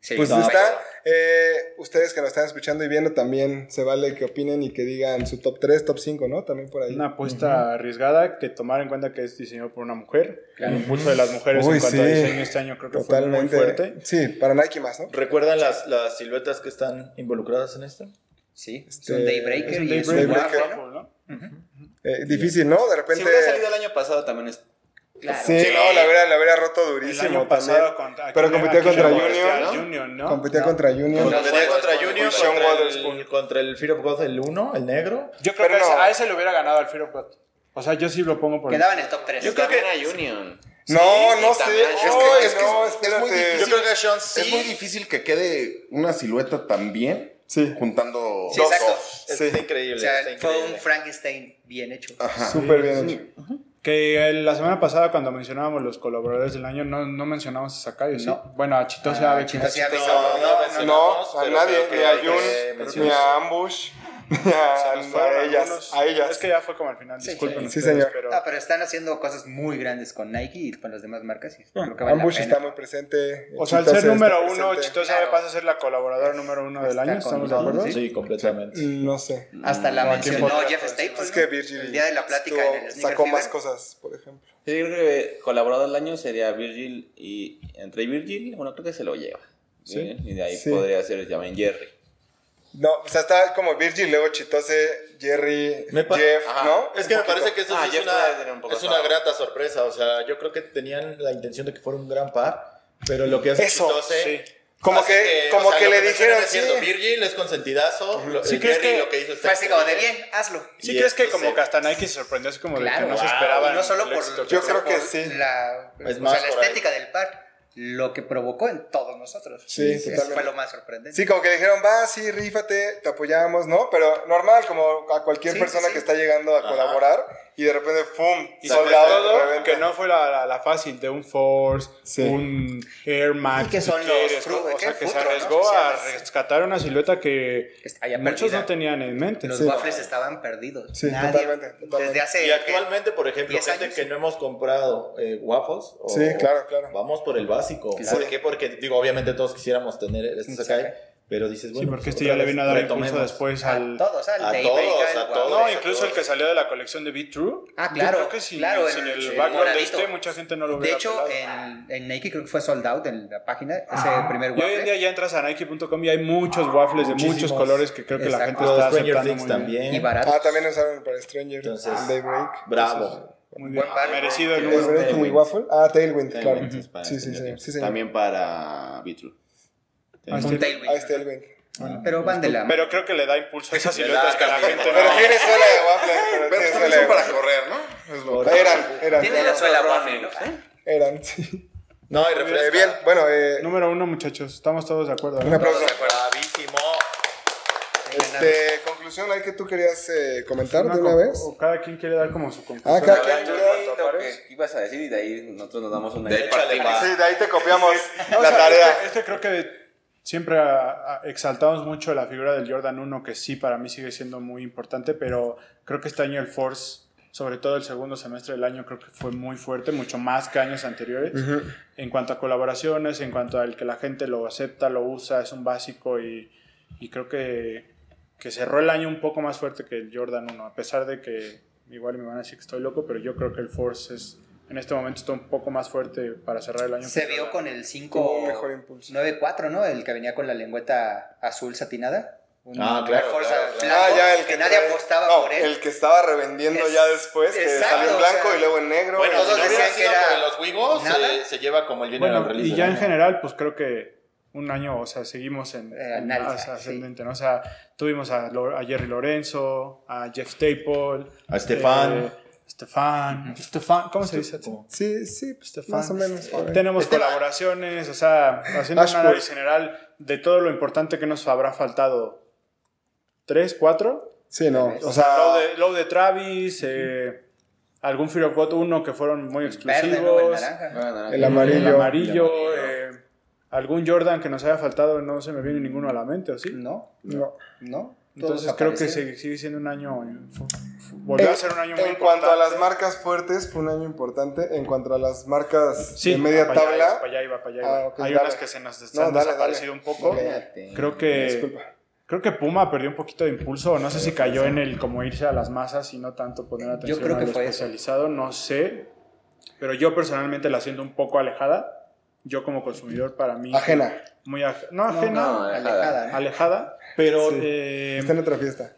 Speaker 3: Sí,
Speaker 5: Pues
Speaker 3: no,
Speaker 5: está. eh, ustedes que nos están escuchando y viendo también se vale que opinen y que digan su top 3, top 5, ¿no? También por ahí.
Speaker 4: Una apuesta arriesgada que tomar en cuenta que es diseñado por una mujer. El impulso de las mujeres
Speaker 5: Uy,
Speaker 4: en cuanto a
Speaker 5: sí.
Speaker 4: diseño este año creo que
Speaker 5: Totalmente.
Speaker 4: fue muy fuerte.
Speaker 5: Sí, para Nike más, ¿no?
Speaker 8: ¿Recuerdan las, las siluetas que están involucradas en esto?
Speaker 3: Sí, es
Speaker 5: Este,
Speaker 3: un Daybreaker
Speaker 4: Es un
Speaker 3: y es
Speaker 5: daybreaker.
Speaker 3: un
Speaker 4: daybreak
Speaker 5: Waffle,
Speaker 4: waffle, ¿no?
Speaker 5: Eh, difícil, ¿no? De
Speaker 7: Si hubiera salido
Speaker 5: repente.
Speaker 7: el año pasado también es...
Speaker 3: Claro.
Speaker 5: Sí, no, la hubiera, la hubiera roto
Speaker 4: El
Speaker 5: durísimo
Speaker 4: año
Speaker 5: también.
Speaker 4: pasado contra,
Speaker 5: Pero
Speaker 4: ¿quién
Speaker 5: competía
Speaker 4: era?
Speaker 5: contra
Speaker 4: ¿Quién era?
Speaker 5: Junior,
Speaker 4: Este, Junior, ¿no?
Speaker 5: Competía
Speaker 4: No.
Speaker 5: contra Junior.
Speaker 8: Contra, contra Junior,
Speaker 5: Sean
Speaker 8: contra
Speaker 5: Waterspoon.
Speaker 8: el, contra el Fear of God, el 1, el negro.
Speaker 4: Yo creo
Speaker 5: Pero
Speaker 4: que a ese-
Speaker 5: no.
Speaker 4: a ese le hubiera ganado al Fear of God. O sea, yo sí lo pongo por
Speaker 3: Quedaba en el top 3.
Speaker 7: Yo creo que era Union.
Speaker 5: No, no
Speaker 7: y
Speaker 5: sé.
Speaker 7: también-
Speaker 5: Ay,
Speaker 6: Es que, es, que
Speaker 5: no,
Speaker 6: es- es muy
Speaker 5: espérate.
Speaker 6: difícil.
Speaker 8: Yo creo que Sean sí.
Speaker 6: Es muy difícil que quede una silueta tan bien
Speaker 5: Sí.
Speaker 6: juntando
Speaker 3: Sí,
Speaker 6: dos. Ah,
Speaker 3: exacto.
Speaker 8: Está increíble.
Speaker 3: O sea,
Speaker 8: está
Speaker 3: fue
Speaker 8: increíble.
Speaker 3: un Frankenstein bien hecho.
Speaker 6: Ajá.
Speaker 5: Súper bien hecho.
Speaker 4: Que eh, la semana pasada, cuando mencionábamos los colaboradores del año, no, no mencionábamos a Sakai, ¿sí? Bueno, a Chito se
Speaker 3: Ah, Chito se ha
Speaker 8: No,
Speaker 3: avisado.
Speaker 8: no,
Speaker 5: No,
Speaker 8: mencionamos,
Speaker 5: a
Speaker 8: pero
Speaker 5: nadie,
Speaker 8: creo que
Speaker 5: ni a
Speaker 8: hay que
Speaker 5: Jun, ni
Speaker 8: mencionar.
Speaker 5: a Ambush, ni a,
Speaker 4: Se nos fueron
Speaker 5: a ellas,
Speaker 4: algunos.
Speaker 5: a ellas.
Speaker 4: Es que ya fue como al final,
Speaker 3: Sí,
Speaker 4: disculpen.
Speaker 3: sí.
Speaker 5: Sí,
Speaker 4: ustedes,
Speaker 5: señor.
Speaker 4: Pero
Speaker 3: No, Ah, pero están haciendo cosas muy grandes con Nike y con las demás marcas.
Speaker 5: Ah,
Speaker 3: Y creo que vale
Speaker 5: Ambush
Speaker 3: la
Speaker 5: está
Speaker 3: pena.
Speaker 5: muy presente.
Speaker 4: O sea, al
Speaker 5: Chito
Speaker 4: ser
Speaker 5: se está
Speaker 4: número uno,
Speaker 5: presente.
Speaker 4: Chito Sabe
Speaker 3: Claro.
Speaker 4: pasa a ser la colaboradora número uno del
Speaker 3: Está
Speaker 4: año,
Speaker 3: con
Speaker 4: ¿estamos de acuerdo?
Speaker 3: nosotros,
Speaker 8: Sí, completamente.
Speaker 5: No sé.
Speaker 3: Hasta la
Speaker 4: No, ¿a quién
Speaker 3: mencionó
Speaker 4: podría
Speaker 3: Jeff
Speaker 4: poner?
Speaker 3: Staples.
Speaker 5: Es que
Speaker 3: ¿no?
Speaker 5: Virgil
Speaker 3: El día de la plática
Speaker 5: estuvo-
Speaker 3: en el Sneaker
Speaker 5: sacó
Speaker 3: Fever.
Speaker 5: más cosas, por ejemplo.
Speaker 7: Yo creo que colaborador del año sería Virgil y entre Virgil, bueno, creo que se lo lleva.
Speaker 4: Sí.
Speaker 7: ¿eh? Y de ahí
Speaker 5: Sí.
Speaker 7: podría ser también Jerry.
Speaker 5: No, o sea, está como Virgil, luego Chitose, Jerry,
Speaker 8: Me pa-
Speaker 5: Jeff,
Speaker 7: Ajá.
Speaker 5: ¿no?
Speaker 8: Es que me parece que eso
Speaker 7: Ah,
Speaker 8: sí
Speaker 7: ya
Speaker 8: es,
Speaker 7: puede tener
Speaker 8: una,
Speaker 7: un poco
Speaker 8: es
Speaker 7: de
Speaker 8: una
Speaker 7: sabor.
Speaker 8: grata sorpresa. O sea, yo creo que tenían la intención de que fuera un gran par, pero lo que hace
Speaker 5: Eso,
Speaker 8: Chitose
Speaker 4: sí.
Speaker 5: Como
Speaker 8: hace
Speaker 5: que- como que
Speaker 8: lo
Speaker 5: le
Speaker 8: mencionan
Speaker 5: dijeron,
Speaker 8: es cierto,
Speaker 5: sí.
Speaker 8: Virgil es consentidazo, lo,
Speaker 4: Sí,
Speaker 8: el
Speaker 4: ¿crees
Speaker 8: Jerry
Speaker 4: que-
Speaker 8: lo que hizo está
Speaker 3: Fue así como de
Speaker 8: excelente.
Speaker 3: bien, hazlo.
Speaker 4: Sí,
Speaker 8: Y
Speaker 4: crees que
Speaker 8: esto
Speaker 4: como
Speaker 8: se-
Speaker 4: que hasta Nike se sorprendió así como de
Speaker 3: Claro.
Speaker 4: que no se
Speaker 8: Wow.
Speaker 4: esperaba.
Speaker 3: Y no solo por-
Speaker 5: Yo creo que
Speaker 3: Por
Speaker 5: sí.
Speaker 3: La,
Speaker 8: Es
Speaker 3: o
Speaker 8: más
Speaker 3: sea, la
Speaker 8: por ahí.
Speaker 3: estética del par, lo que provocó en todos nosotros.
Speaker 5: Sí,
Speaker 3: Eso
Speaker 5: totalmente.
Speaker 3: fue lo más sorprendente.
Speaker 5: Sí, como que dijeron, va, sí, rífate, te apoyamos, ¿no? Pero normal, como a cualquier
Speaker 3: Sí,
Speaker 5: persona
Speaker 3: sí, sí.
Speaker 5: que está llegando a
Speaker 8: Ajá.
Speaker 5: colaborar y de repente, ¡pum!
Speaker 4: Y sobre
Speaker 5: Soldado, de
Speaker 4: todo,
Speaker 5: repente.
Speaker 4: que no fue la, la, la fácil de un Force,
Speaker 5: Sí.
Speaker 4: un Air Max.
Speaker 3: Y que
Speaker 4: si
Speaker 3: son los
Speaker 4: quieres,
Speaker 3: fru-
Speaker 4: O sea,
Speaker 3: ¿qué?
Speaker 4: que se
Speaker 3: Futro, ¿no?
Speaker 4: arriesgó
Speaker 3: Que se
Speaker 4: a
Speaker 3: llama.
Speaker 4: rescatar una silueta que
Speaker 3: Que está ya
Speaker 4: muchos
Speaker 3: perdida.
Speaker 4: no tenían en mente.
Speaker 3: Los
Speaker 5: Sí.
Speaker 3: waffles estaban perdidos.
Speaker 5: Sí, totalmente, totalmente.
Speaker 3: Desde hace.
Speaker 8: Y actualmente, por ejemplo,
Speaker 3: 10
Speaker 8: gente
Speaker 3: años.
Speaker 8: que no hemos comprado eh, waffles. o-
Speaker 5: Sí, claro, claro.
Speaker 8: Vamos por el básico.
Speaker 3: Claro.
Speaker 8: ¿Por qué? Porque, digo, obviamente todos quisiéramos tener este
Speaker 3: Un
Speaker 8: Sakai,
Speaker 3: Sakai.
Speaker 8: Pero dices, bueno.
Speaker 4: sí, porque
Speaker 8: pues,
Speaker 4: este
Speaker 8: otra
Speaker 4: ya le
Speaker 8: vez
Speaker 4: vino a dar
Speaker 8: retomemos.
Speaker 4: impulso después
Speaker 3: A
Speaker 4: al...
Speaker 3: todos, al
Speaker 6: a
Speaker 3: de
Speaker 6: todos,
Speaker 3: Iberica,
Speaker 6: a
Speaker 3: al
Speaker 6: todos.
Speaker 4: No,
Speaker 3: Guadalupe.
Speaker 4: incluso el que salió de la colección de Be True.
Speaker 3: Ah,
Speaker 4: yo
Speaker 3: claro,
Speaker 4: creo que sin,
Speaker 3: claro,
Speaker 4: sin
Speaker 3: el-
Speaker 4: el,
Speaker 3: sí,
Speaker 4: background de
Speaker 3: doradito.
Speaker 4: este, mucha gente no lo
Speaker 3: De
Speaker 4: hubiera
Speaker 3: hecho,
Speaker 4: pelado.
Speaker 3: en, en Nike creo que fue sold out en la página, ese primer
Speaker 4: Y hoy en día
Speaker 3: waffle.
Speaker 4: ya entras a Nike.com y hay muchos waffles de muchos
Speaker 8: Muchísimos.
Speaker 4: colores que creo que la
Speaker 3: Exacto.
Speaker 4: gente
Speaker 8: Los
Speaker 4: está
Speaker 8: Stranger
Speaker 4: aceptando
Speaker 8: Things
Speaker 4: muy bien.
Speaker 8: también.
Speaker 3: Y barato.
Speaker 5: Ah, también usaron para Stranger
Speaker 8: Entonces,
Speaker 5: Daybreak.
Speaker 6: Bravo.
Speaker 4: Muy bien.
Speaker 3: Buen barrio.
Speaker 4: Merecido el número.
Speaker 5: Daybreak y
Speaker 6: Tailwind.
Speaker 5: Waffle. Ah, Tailwind, claro.
Speaker 6: Tailwind es para
Speaker 5: Sí, sí,
Speaker 8: este
Speaker 6: Stranger
Speaker 5: sí,
Speaker 6: Things.
Speaker 5: sí, señor.
Speaker 6: También para Vitru.
Speaker 4: Ah,
Speaker 3: Un
Speaker 4: sí.
Speaker 3: tailwind.
Speaker 5: Ah, es Tailwind.
Speaker 3: Pero van de la
Speaker 4: Pero creo que le da impulso a esas
Speaker 6: Le da
Speaker 4: siluetas que la
Speaker 6: cambio.
Speaker 4: gente
Speaker 5: Pero
Speaker 4: no...
Speaker 5: tiene suela de waffle. Pero
Speaker 6: Pero
Speaker 5: tiene
Speaker 6: también
Speaker 5: suela de
Speaker 6: son para
Speaker 5: waffle.
Speaker 6: correr, ¿no? Es lo
Speaker 5: Eran, eran.
Speaker 3: Tiene la suela waffle, ¿no?
Speaker 7: ¿eh?
Speaker 5: Eran, sí.
Speaker 8: No, y
Speaker 5: Eh,
Speaker 8: refresca.
Speaker 5: bien, bueno, eh,
Speaker 4: Número uno, muchachos. Estamos todos de acuerdo. ¿no?
Speaker 5: un aplauso.
Speaker 8: Todos de acuerdo. Bravísimo.
Speaker 5: Este, conclusión, ¿hay que tú querías eh, comentar
Speaker 4: Una
Speaker 5: de una
Speaker 4: con-
Speaker 5: vez?
Speaker 4: o cada quien quiere dar como su
Speaker 5: Ah,
Speaker 4: conclusión.
Speaker 5: cada
Speaker 7: Habla
Speaker 5: quien
Speaker 7: tú
Speaker 5: quiera-
Speaker 7: de lo que ibas a decir y de ahí nosotros nos damos una
Speaker 8: De
Speaker 7: idea.
Speaker 8: hecho, además-
Speaker 5: Sí, de ahí te copiamos
Speaker 4: No, o
Speaker 5: la
Speaker 4: sea,
Speaker 5: tarea.
Speaker 4: es que- Es que, creo que siempre a- a- exaltamos mucho la figura del Jordan 1, que sí, para mí sigue siendo muy importante, pero creo que este año el Force, sobre todo el segundo semestre del año, creo que fue muy fuerte, mucho más que años anteriores. En cuanto a colaboraciones, en cuanto al que la gente lo acepta, lo usa, es un básico y, y creo que, que cerró el año un poco más fuerte que el Jordan 1, a pesar de que igual me van a decir que estoy loco, pero yo creo que el Force es... En este momento está un poco más fuerte para cerrar el año.
Speaker 3: Se
Speaker 4: que el
Speaker 3: vio
Speaker 4: Jordan.
Speaker 3: con el 5
Speaker 5: Tuvo un mejor impulso.
Speaker 3: 9-4, ¿no? El que venía con la lengüeta azul satinada. Un
Speaker 8: Ah, claro,
Speaker 3: Forza
Speaker 8: claro, claro.
Speaker 3: blanco
Speaker 5: ah, ya, el
Speaker 3: que,
Speaker 5: que,
Speaker 3: nadie
Speaker 5: trae-
Speaker 3: apostaba
Speaker 5: no,
Speaker 3: por él.
Speaker 5: El que estaba revendiendo
Speaker 3: Es-
Speaker 5: ya después, que
Speaker 3: exacto,
Speaker 5: salió en
Speaker 3: o
Speaker 5: blanco
Speaker 3: sea,
Speaker 5: y luego en negro.
Speaker 8: Bueno,
Speaker 5: y-
Speaker 3: todos
Speaker 8: si no hubiera
Speaker 3: decían que
Speaker 8: sido
Speaker 3: era
Speaker 8: por los Wigos,
Speaker 3: nada.
Speaker 8: se, se lleva como el General
Speaker 4: Bueno,
Speaker 8: Release
Speaker 4: y
Speaker 8: del
Speaker 4: ya en
Speaker 8: año.
Speaker 4: general, pues creo que un año, o sea, seguimos en,
Speaker 3: Eh,
Speaker 4: en
Speaker 3: analiza,
Speaker 4: más
Speaker 3: sí.
Speaker 4: ascendente, ¿no? O sea, tuvimos a, Lo- a Jerry Lorenzo, a Jeff Staple,
Speaker 8: A Stefan.
Speaker 4: eh, Stefan, Stefan, ¿cómo se dice?
Speaker 5: Sí, sí, pues,
Speaker 4: Stefan.
Speaker 3: "Mm,
Speaker 5: más o
Speaker 3: este,
Speaker 5: menos. por ahí.
Speaker 4: Tenemos
Speaker 8: Este
Speaker 4: colaboraciones, o sea, haciendo un
Speaker 5: Ashford.
Speaker 4: análisis general de todo lo importante que nos habrá faltado. ¿Tres, cuatro?
Speaker 5: Sí, no.
Speaker 3: Tal
Speaker 5: O
Speaker 4: Low
Speaker 3: este,
Speaker 5: sea,
Speaker 4: de, Low de Travis, eh, algún Fear of God 1 que fueron muy
Speaker 3: verde, ¿no? El
Speaker 4: exclusivos.
Speaker 3: naranja.
Speaker 5: el amarillo.
Speaker 4: El
Speaker 3: este,
Speaker 4: amarillo, eh, algún Jordan que nos haya faltado, no se me viene ninguno a la mente, ¿o sí?
Speaker 3: No,
Speaker 5: No.
Speaker 3: no.
Speaker 4: Entonces
Speaker 3: todos
Speaker 4: creo que
Speaker 3: aparecieron.
Speaker 4: sigue, sigue siendo un año. fu- fu- Volvió a ser un año muy
Speaker 3: este,
Speaker 5: En cuanto a las
Speaker 4: importante.
Speaker 5: marcas fuertes, fue un año importante. En cuanto a las marcas
Speaker 4: Sí,
Speaker 5: de media
Speaker 4: para allá
Speaker 5: tabla.
Speaker 4: iba, para allá iba, para allá iba.
Speaker 5: Ah, ok,
Speaker 4: Hay
Speaker 5: dale.
Speaker 4: unas que se nos están
Speaker 5: dale,
Speaker 4: desaparecido un
Speaker 5: dale.
Speaker 4: poco.
Speaker 5: Dale.
Speaker 4: Creo que,
Speaker 5: Disculpa.
Speaker 4: creo que Puma perdió un poquito de impulso. No sé si cayó en el como irse a las masas y no tanto poner atención
Speaker 3: creo
Speaker 4: a
Speaker 3: que
Speaker 4: lo
Speaker 3: fue eso.
Speaker 4: especializado. No sé. Pero yo personalmente la siento un poco alejada. Yo como consumidor, para mí...
Speaker 5: Ajena.
Speaker 4: Muy aj- no ajena.
Speaker 7: no, eh.
Speaker 3: Alejada, ¿no?
Speaker 4: alejada, pero
Speaker 5: Sí.
Speaker 4: eh,
Speaker 5: Está en otra fiesta.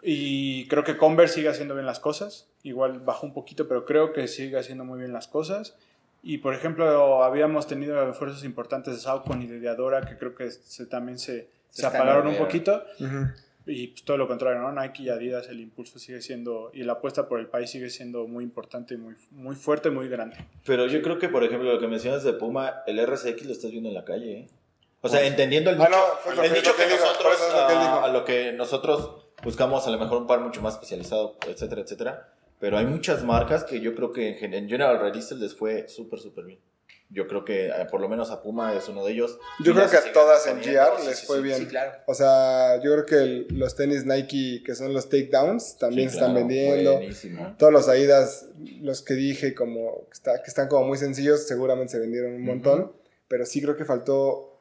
Speaker 4: y creo que Converse sigue haciendo bien las cosas. Igual bajó un poquito, pero creo que sigue haciendo muy bien las cosas. Y por ejemplo, habíamos tenido esfuerzos importantes de Saucon y de Deadora que creo que se, también se, se
Speaker 3: están
Speaker 4: apagaron un
Speaker 7: olvidando.
Speaker 4: poquito.
Speaker 5: Ujú.
Speaker 4: Y pues, todo lo contrario, ¿no? Nike y Adidas, el impulso sigue siendo, y la apuesta por el país sigue siendo muy importante, y muy, muy fuerte, muy grande.
Speaker 8: Pero yo creo que, por ejemplo, lo que mencionas de Puma, el RCX lo estás viendo en la calle, ¿eh? O sea, entendiendo el
Speaker 5: Ah,
Speaker 8: nicho,
Speaker 5: no, fue lo
Speaker 8: el
Speaker 5: que-
Speaker 8: nicho
Speaker 5: lo que
Speaker 8: que,
Speaker 5: dijo,
Speaker 8: nosotros,
Speaker 5: por eso es lo que él
Speaker 8: a-
Speaker 5: dijo.
Speaker 8: a lo que nosotros buscamos, a lo mejor un par mucho más especializado, etcétera, etcétera. Pero hay muchas marcas que yo creo que en gen- en General Release les fue súper, súper bien. Yo creo que eh, por lo menos a Puma es uno de ellos.
Speaker 5: Yo
Speaker 8: Y
Speaker 5: creo
Speaker 8: las
Speaker 5: que a
Speaker 8: siguen
Speaker 5: todas en
Speaker 8: poniendo,
Speaker 5: GR
Speaker 8: sí,
Speaker 5: les
Speaker 8: sí,
Speaker 5: fue
Speaker 8: sí.
Speaker 5: bien.
Speaker 3: Sí, claro.
Speaker 5: O sea, yo creo que el- los tenis Nike, que son los takedowns, también
Speaker 8: Sí,
Speaker 5: se están
Speaker 8: claro,
Speaker 5: vendiendo.
Speaker 8: buenísimo.
Speaker 5: Todos los Adidas, los que dije, como que, está- que están como muy sencillos, seguramente se vendieron un montón. Pero sí creo que faltó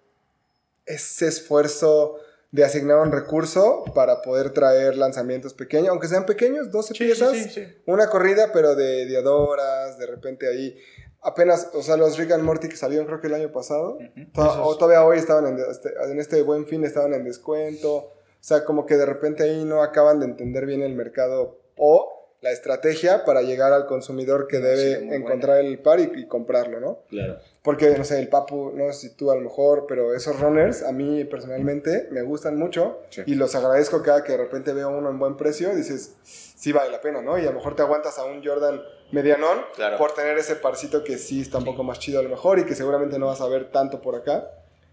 Speaker 5: ese esfuerzo de asignar un recurso para poder traer lanzamientos pequeños, aunque sean pequeños, 12 piezas, una corrida, pero de diadoras, de repente ahí. Apenas, o sea, los Rick and Morty que salieron creo que el año pasado, to- o todavía hoy estaban en, este, en este buen fin, estaban en descuento. O sea, como que de repente ahí no acaban de entender bien el mercado o la estrategia para llegar al consumidor que
Speaker 3: Sí,
Speaker 5: debe
Speaker 3: muy buena.
Speaker 5: encontrar el par y, y comprarlo, ¿no?
Speaker 8: Claro.
Speaker 5: Porque, no sé, el Papu, no sé si tú a lo mejor, pero esos runners a mí personalmente me gustan mucho
Speaker 6: Sí.
Speaker 5: y los agradezco cada que de repente veo uno en buen precio y dices, sí vale la pena, ¿no? Y a lo mejor te aguantas a un Jordan medianón
Speaker 8: Claro.
Speaker 5: por tener ese parcito que sí está un poco más chido a lo mejor y que seguramente no vas a ver tanto por acá.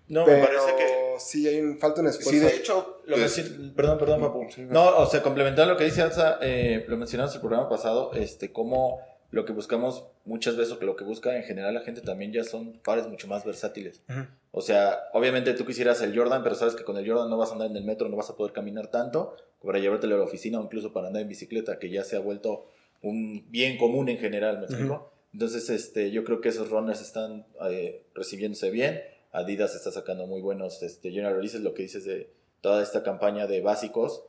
Speaker 8: No,
Speaker 5: pero
Speaker 8: me parece que
Speaker 5: sí hay un, falta un esfuerzo.
Speaker 8: Sí, de hecho, lo
Speaker 6: Sí.
Speaker 8: menci- perdón, perdón, papu. No, o sea, complementando lo que dice Alza, eh, lo mencionamos el programa pasado, este, como lo que buscamos muchas veces, o que lo que busca en general la gente también ya son pares mucho más versátiles. O sea, obviamente tú quisieras el Jordan, pero sabes que con el Jordan no vas a andar en el metro, no vas a poder caminar tanto, para llevártelo a la oficina o incluso para andar en bicicleta, que ya se ha vuelto un bien común en general, ¿me explico? Entonces, este, yo creo que esos runners están eh, recibiéndose bien. Adidas está sacando muy buenos este, general releases, lo que dices de toda esta campaña de básicos.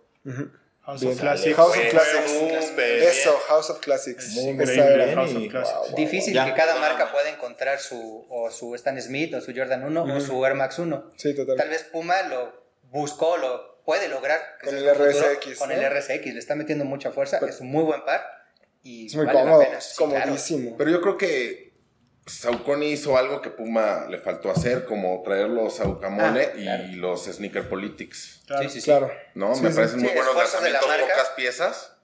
Speaker 4: House
Speaker 5: Bien.
Speaker 4: of Classics.
Speaker 5: House of
Speaker 8: Bueno,
Speaker 5: Classics.
Speaker 8: súper bien.
Speaker 5: Eso, House of Classics.
Speaker 4: Es increíble,
Speaker 5: Esa era.
Speaker 4: House of
Speaker 8: y-
Speaker 4: Classics.
Speaker 3: Difícil
Speaker 8: Ya.
Speaker 3: que cada marca pueda encontrar su, o su Stan Smith, o su Jordan 1, o su Air Max 1.
Speaker 7: ¿eh?
Speaker 5: Sí,
Speaker 3: Tal
Speaker 5: totalmente.
Speaker 3: vez Puma lo buscó, lo puede lograr. que
Speaker 5: Con
Speaker 3: sea
Speaker 5: el
Speaker 3: su futuro,
Speaker 5: RSX,
Speaker 3: Con
Speaker 5: ¿no? Pues
Speaker 3: el RSX, le está metiendo mucha fuerza, es un muy buen par. Y
Speaker 5: Es muy
Speaker 3: vale la
Speaker 5: cómodo,
Speaker 3: pena,
Speaker 5: es
Speaker 3: sí, claro.
Speaker 5: comodísimo.
Speaker 6: Pero yo creo que Saucony hizo algo que Puma le faltó hacer, como traer los Saucamole
Speaker 3: Ah,
Speaker 6: y
Speaker 3: claro.
Speaker 6: los Sneaker Politics.
Speaker 4: Claro.
Speaker 3: Sí, sí, sí.
Speaker 5: Claro.
Speaker 6: ¿No?
Speaker 5: Sí,
Speaker 6: Me
Speaker 5: sí.
Speaker 6: parecen muy
Speaker 3: Sí,
Speaker 6: buenos
Speaker 3: esfuerzos de la
Speaker 6: lanzamientos,
Speaker 3: marca.
Speaker 6: pocas piezas,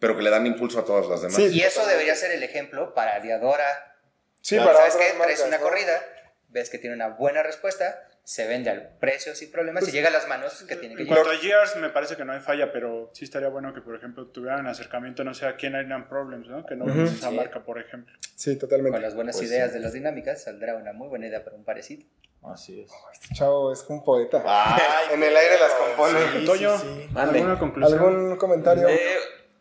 Speaker 6: pero que le dan impulso a todas las demás.
Speaker 5: Sí.
Speaker 3: Y eso debería ser el ejemplo para Diadora.
Speaker 5: Sí,
Speaker 8: Ah,
Speaker 5: para
Speaker 3: ¿Sabes
Speaker 5: otras
Speaker 3: qué? Traes
Speaker 5: marcas,
Speaker 3: una
Speaker 5: ¿no?
Speaker 3: corrida, ves que tiene una buena respuesta, se vende al precio sin problemas y llega a las manos que tiene que
Speaker 4: En
Speaker 3: llegar.
Speaker 4: cuanto a Gears, me parece que no hay falla, pero sí estaría bueno que, por ejemplo, tuvieran acercamiento, no sé, a quién Iron Problems, ¿no? Que no
Speaker 5: Ujú.
Speaker 4: vemos esa
Speaker 3: Sí.
Speaker 4: marca, por ejemplo.
Speaker 5: Sí,
Speaker 3: Con
Speaker 5: totalmente.
Speaker 3: las buenas
Speaker 8: Pues
Speaker 3: ideas
Speaker 8: sí.
Speaker 3: de las dinámicas saldrá una muy buena idea para un parecido.
Speaker 8: Así es.
Speaker 5: Este chavo es un poeta.
Speaker 8: Ay,
Speaker 5: en el aire las compone.
Speaker 8: sí, sí,
Speaker 4: Toño,
Speaker 8: sí.
Speaker 7: Mande.
Speaker 4: ¿alguna conclusión?
Speaker 5: ¿Algún comentario?
Speaker 7: Eh,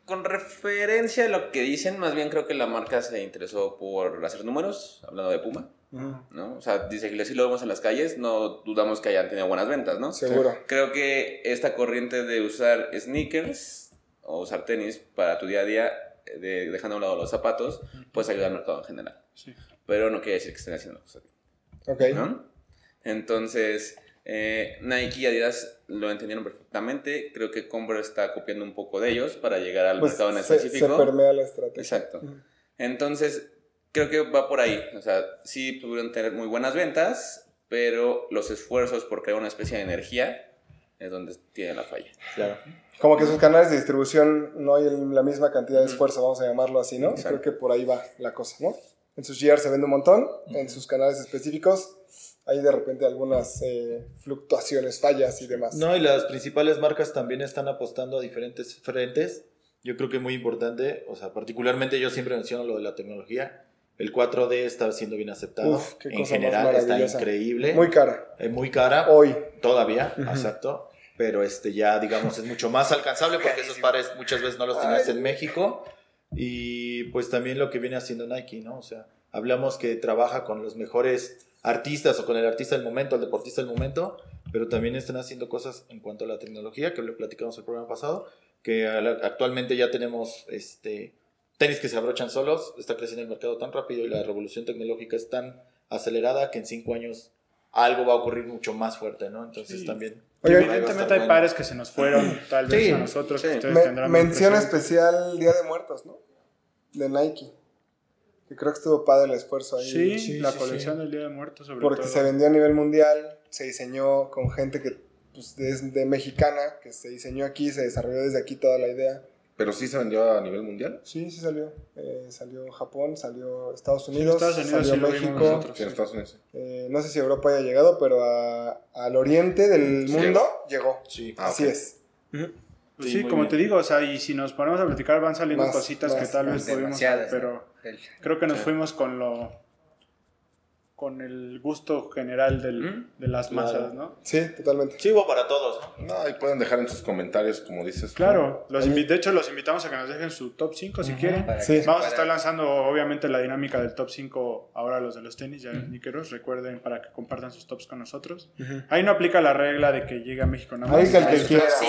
Speaker 7: con referencia a lo que dicen, más bien creo que la marca se interesó por hacer números, hablando de Puma,
Speaker 5: Ujú,
Speaker 7: ¿no? O sea, dice que si lo vemos en las calles, no dudamos que hayan tenido buenas ventas, ¿no?
Speaker 5: Seguro.
Speaker 7: Creo que esta corriente de usar sneakers o usar tenis para tu día a día, eh, de- dejando a un lado los zapatos, pues ayuda al mercado en general.
Speaker 4: Sí.
Speaker 7: Pero no quiere decir que estén haciendo cosas
Speaker 5: Ok.
Speaker 7: ¿no? Entonces, eh, Nike y Adidas lo entendieron perfectamente. Creo que Converse está copiando un poco de ellos para llegar al
Speaker 5: Pues
Speaker 7: mercado en
Speaker 5: se,
Speaker 7: específico.
Speaker 5: se permea la estrategia.
Speaker 7: Exacto.
Speaker 5: Ujú.
Speaker 7: Entonces, creo que va por ahí. O sea, sí pudieron tener muy buenas ventas, pero los esfuerzos por crear una especie de energía es donde tiene la falla.
Speaker 8: Claro.
Speaker 5: Como que sus canales de distribución no hay el- la misma cantidad de esfuerzo, vamos a llamarlo así, ¿no?
Speaker 7: Exacto.
Speaker 5: Creo que por ahí va la cosa, ¿no? En sus GR se vende un montón, en sus canales específicos hay de repente algunas eh, fluctuaciones, fallas y demás.
Speaker 8: No, y las principales marcas también están apostando a diferentes frentes. Yo creo que es muy importante, o sea, particularmente yo siempre menciono lo de la tecnología. El 4D está siendo bien aceptado.
Speaker 5: Uf, qué
Speaker 8: en
Speaker 5: cosa más
Speaker 8: general está
Speaker 5: maravillosa.
Speaker 8: increíble.
Speaker 5: Muy cara,
Speaker 8: Eh, muy cara
Speaker 5: hoy.
Speaker 8: todavía,
Speaker 5: Ujú.
Speaker 8: exacto. Pero este ya, digamos, es mucho más alcanzable porque esos pares muchas veces no los tenías en México. Y pues también lo que viene haciendo Nike, ¿no? O sea, hablamos que trabaja con los mejores artistas o con el artista del momento, el deportista del momento, pero también están haciendo cosas en cuanto a la tecnología, que lo platicamos el programa pasado, que a la- actualmente ya tenemos este tenis que se abrochan solos, está creciendo el mercado tan rápido y la revolución tecnológica es tan acelerada que en cinco años algo va a ocurrir mucho más fuerte, ¿no? Entonces
Speaker 4: Sí.
Speaker 8: también...
Speaker 5: Oye,
Speaker 8: ahí va a
Speaker 4: Evidentemente
Speaker 8: estar
Speaker 4: hay
Speaker 8: bueno.
Speaker 4: pares que se nos fueron, tal vez
Speaker 8: Sí,
Speaker 4: a nosotros,
Speaker 7: sí.
Speaker 4: que ustedes
Speaker 5: Me-
Speaker 4: tendrán muy
Speaker 5: mención
Speaker 4: presente.
Speaker 5: especial Día de Muertos, ¿no? De Nike. Que creo que estuvo padre el esfuerzo ahí.
Speaker 4: Sí,
Speaker 8: Sí,
Speaker 4: la
Speaker 8: sí,
Speaker 4: colección
Speaker 8: sí.
Speaker 4: del Día de Muertos, sobre
Speaker 5: porque
Speaker 4: todo.
Speaker 5: se vendió a nivel mundial, se diseñó con gente que pues, es de mexicana, que se diseñó aquí, se desarrolló desde aquí toda la idea.
Speaker 6: Pero sí se vendió a nivel mundial.
Speaker 5: Sí, sí salió. Eh, salió Japón, salió Estados
Speaker 4: Sí, en
Speaker 5: Unidos,
Speaker 4: Estados Unidos sí
Speaker 5: salió
Speaker 4: lo vimos
Speaker 5: México.
Speaker 4: nosotros.
Speaker 6: Sí, en Estados Unidos.
Speaker 5: Eh, no sé si Europa haya llegado, pero a- al oriente del
Speaker 6: Sí.
Speaker 5: mundo llegó.
Speaker 8: Sí.
Speaker 6: Ah,
Speaker 5: Así
Speaker 6: ok.
Speaker 5: es.
Speaker 4: Pues
Speaker 8: Sí,
Speaker 4: sí,
Speaker 8: muy
Speaker 4: como
Speaker 8: bien.
Speaker 4: te digo, o sea, y si nos ponemos a platicar van saliendo
Speaker 5: Más,
Speaker 4: cositas
Speaker 5: más,
Speaker 4: que tal vez
Speaker 3: más.
Speaker 4: pudimos,
Speaker 3: Demasiadas, ¿no?
Speaker 4: pero
Speaker 3: El-
Speaker 4: creo que nos
Speaker 7: Sí.
Speaker 4: fuimos con lo con el gusto general del-
Speaker 7: ¿Mm?
Speaker 4: de las
Speaker 8: Claro.
Speaker 4: masas, ¿no?
Speaker 5: Sí, totalmente.
Speaker 8: Chivo para todos, ¿no?
Speaker 6: No, y pueden dejar en sus comentarios, como dices.
Speaker 4: Claro, los invi- de hecho los invitamos a que nos dejen su top 5 si quieren.
Speaker 3: para
Speaker 5: Sí.
Speaker 3: que se
Speaker 4: Vamos
Speaker 3: pueda-
Speaker 4: a estar lanzando obviamente la dinámica del top 5 ahora los de los tenis, ya los niqueros, recuerden para que compartan sus tops con nosotros. Ahí no aplica la regla de que llega a México nada
Speaker 5: Ahí
Speaker 4: más.
Speaker 5: que el que
Speaker 4: Ah,
Speaker 5: quiera.
Speaker 7: Sí,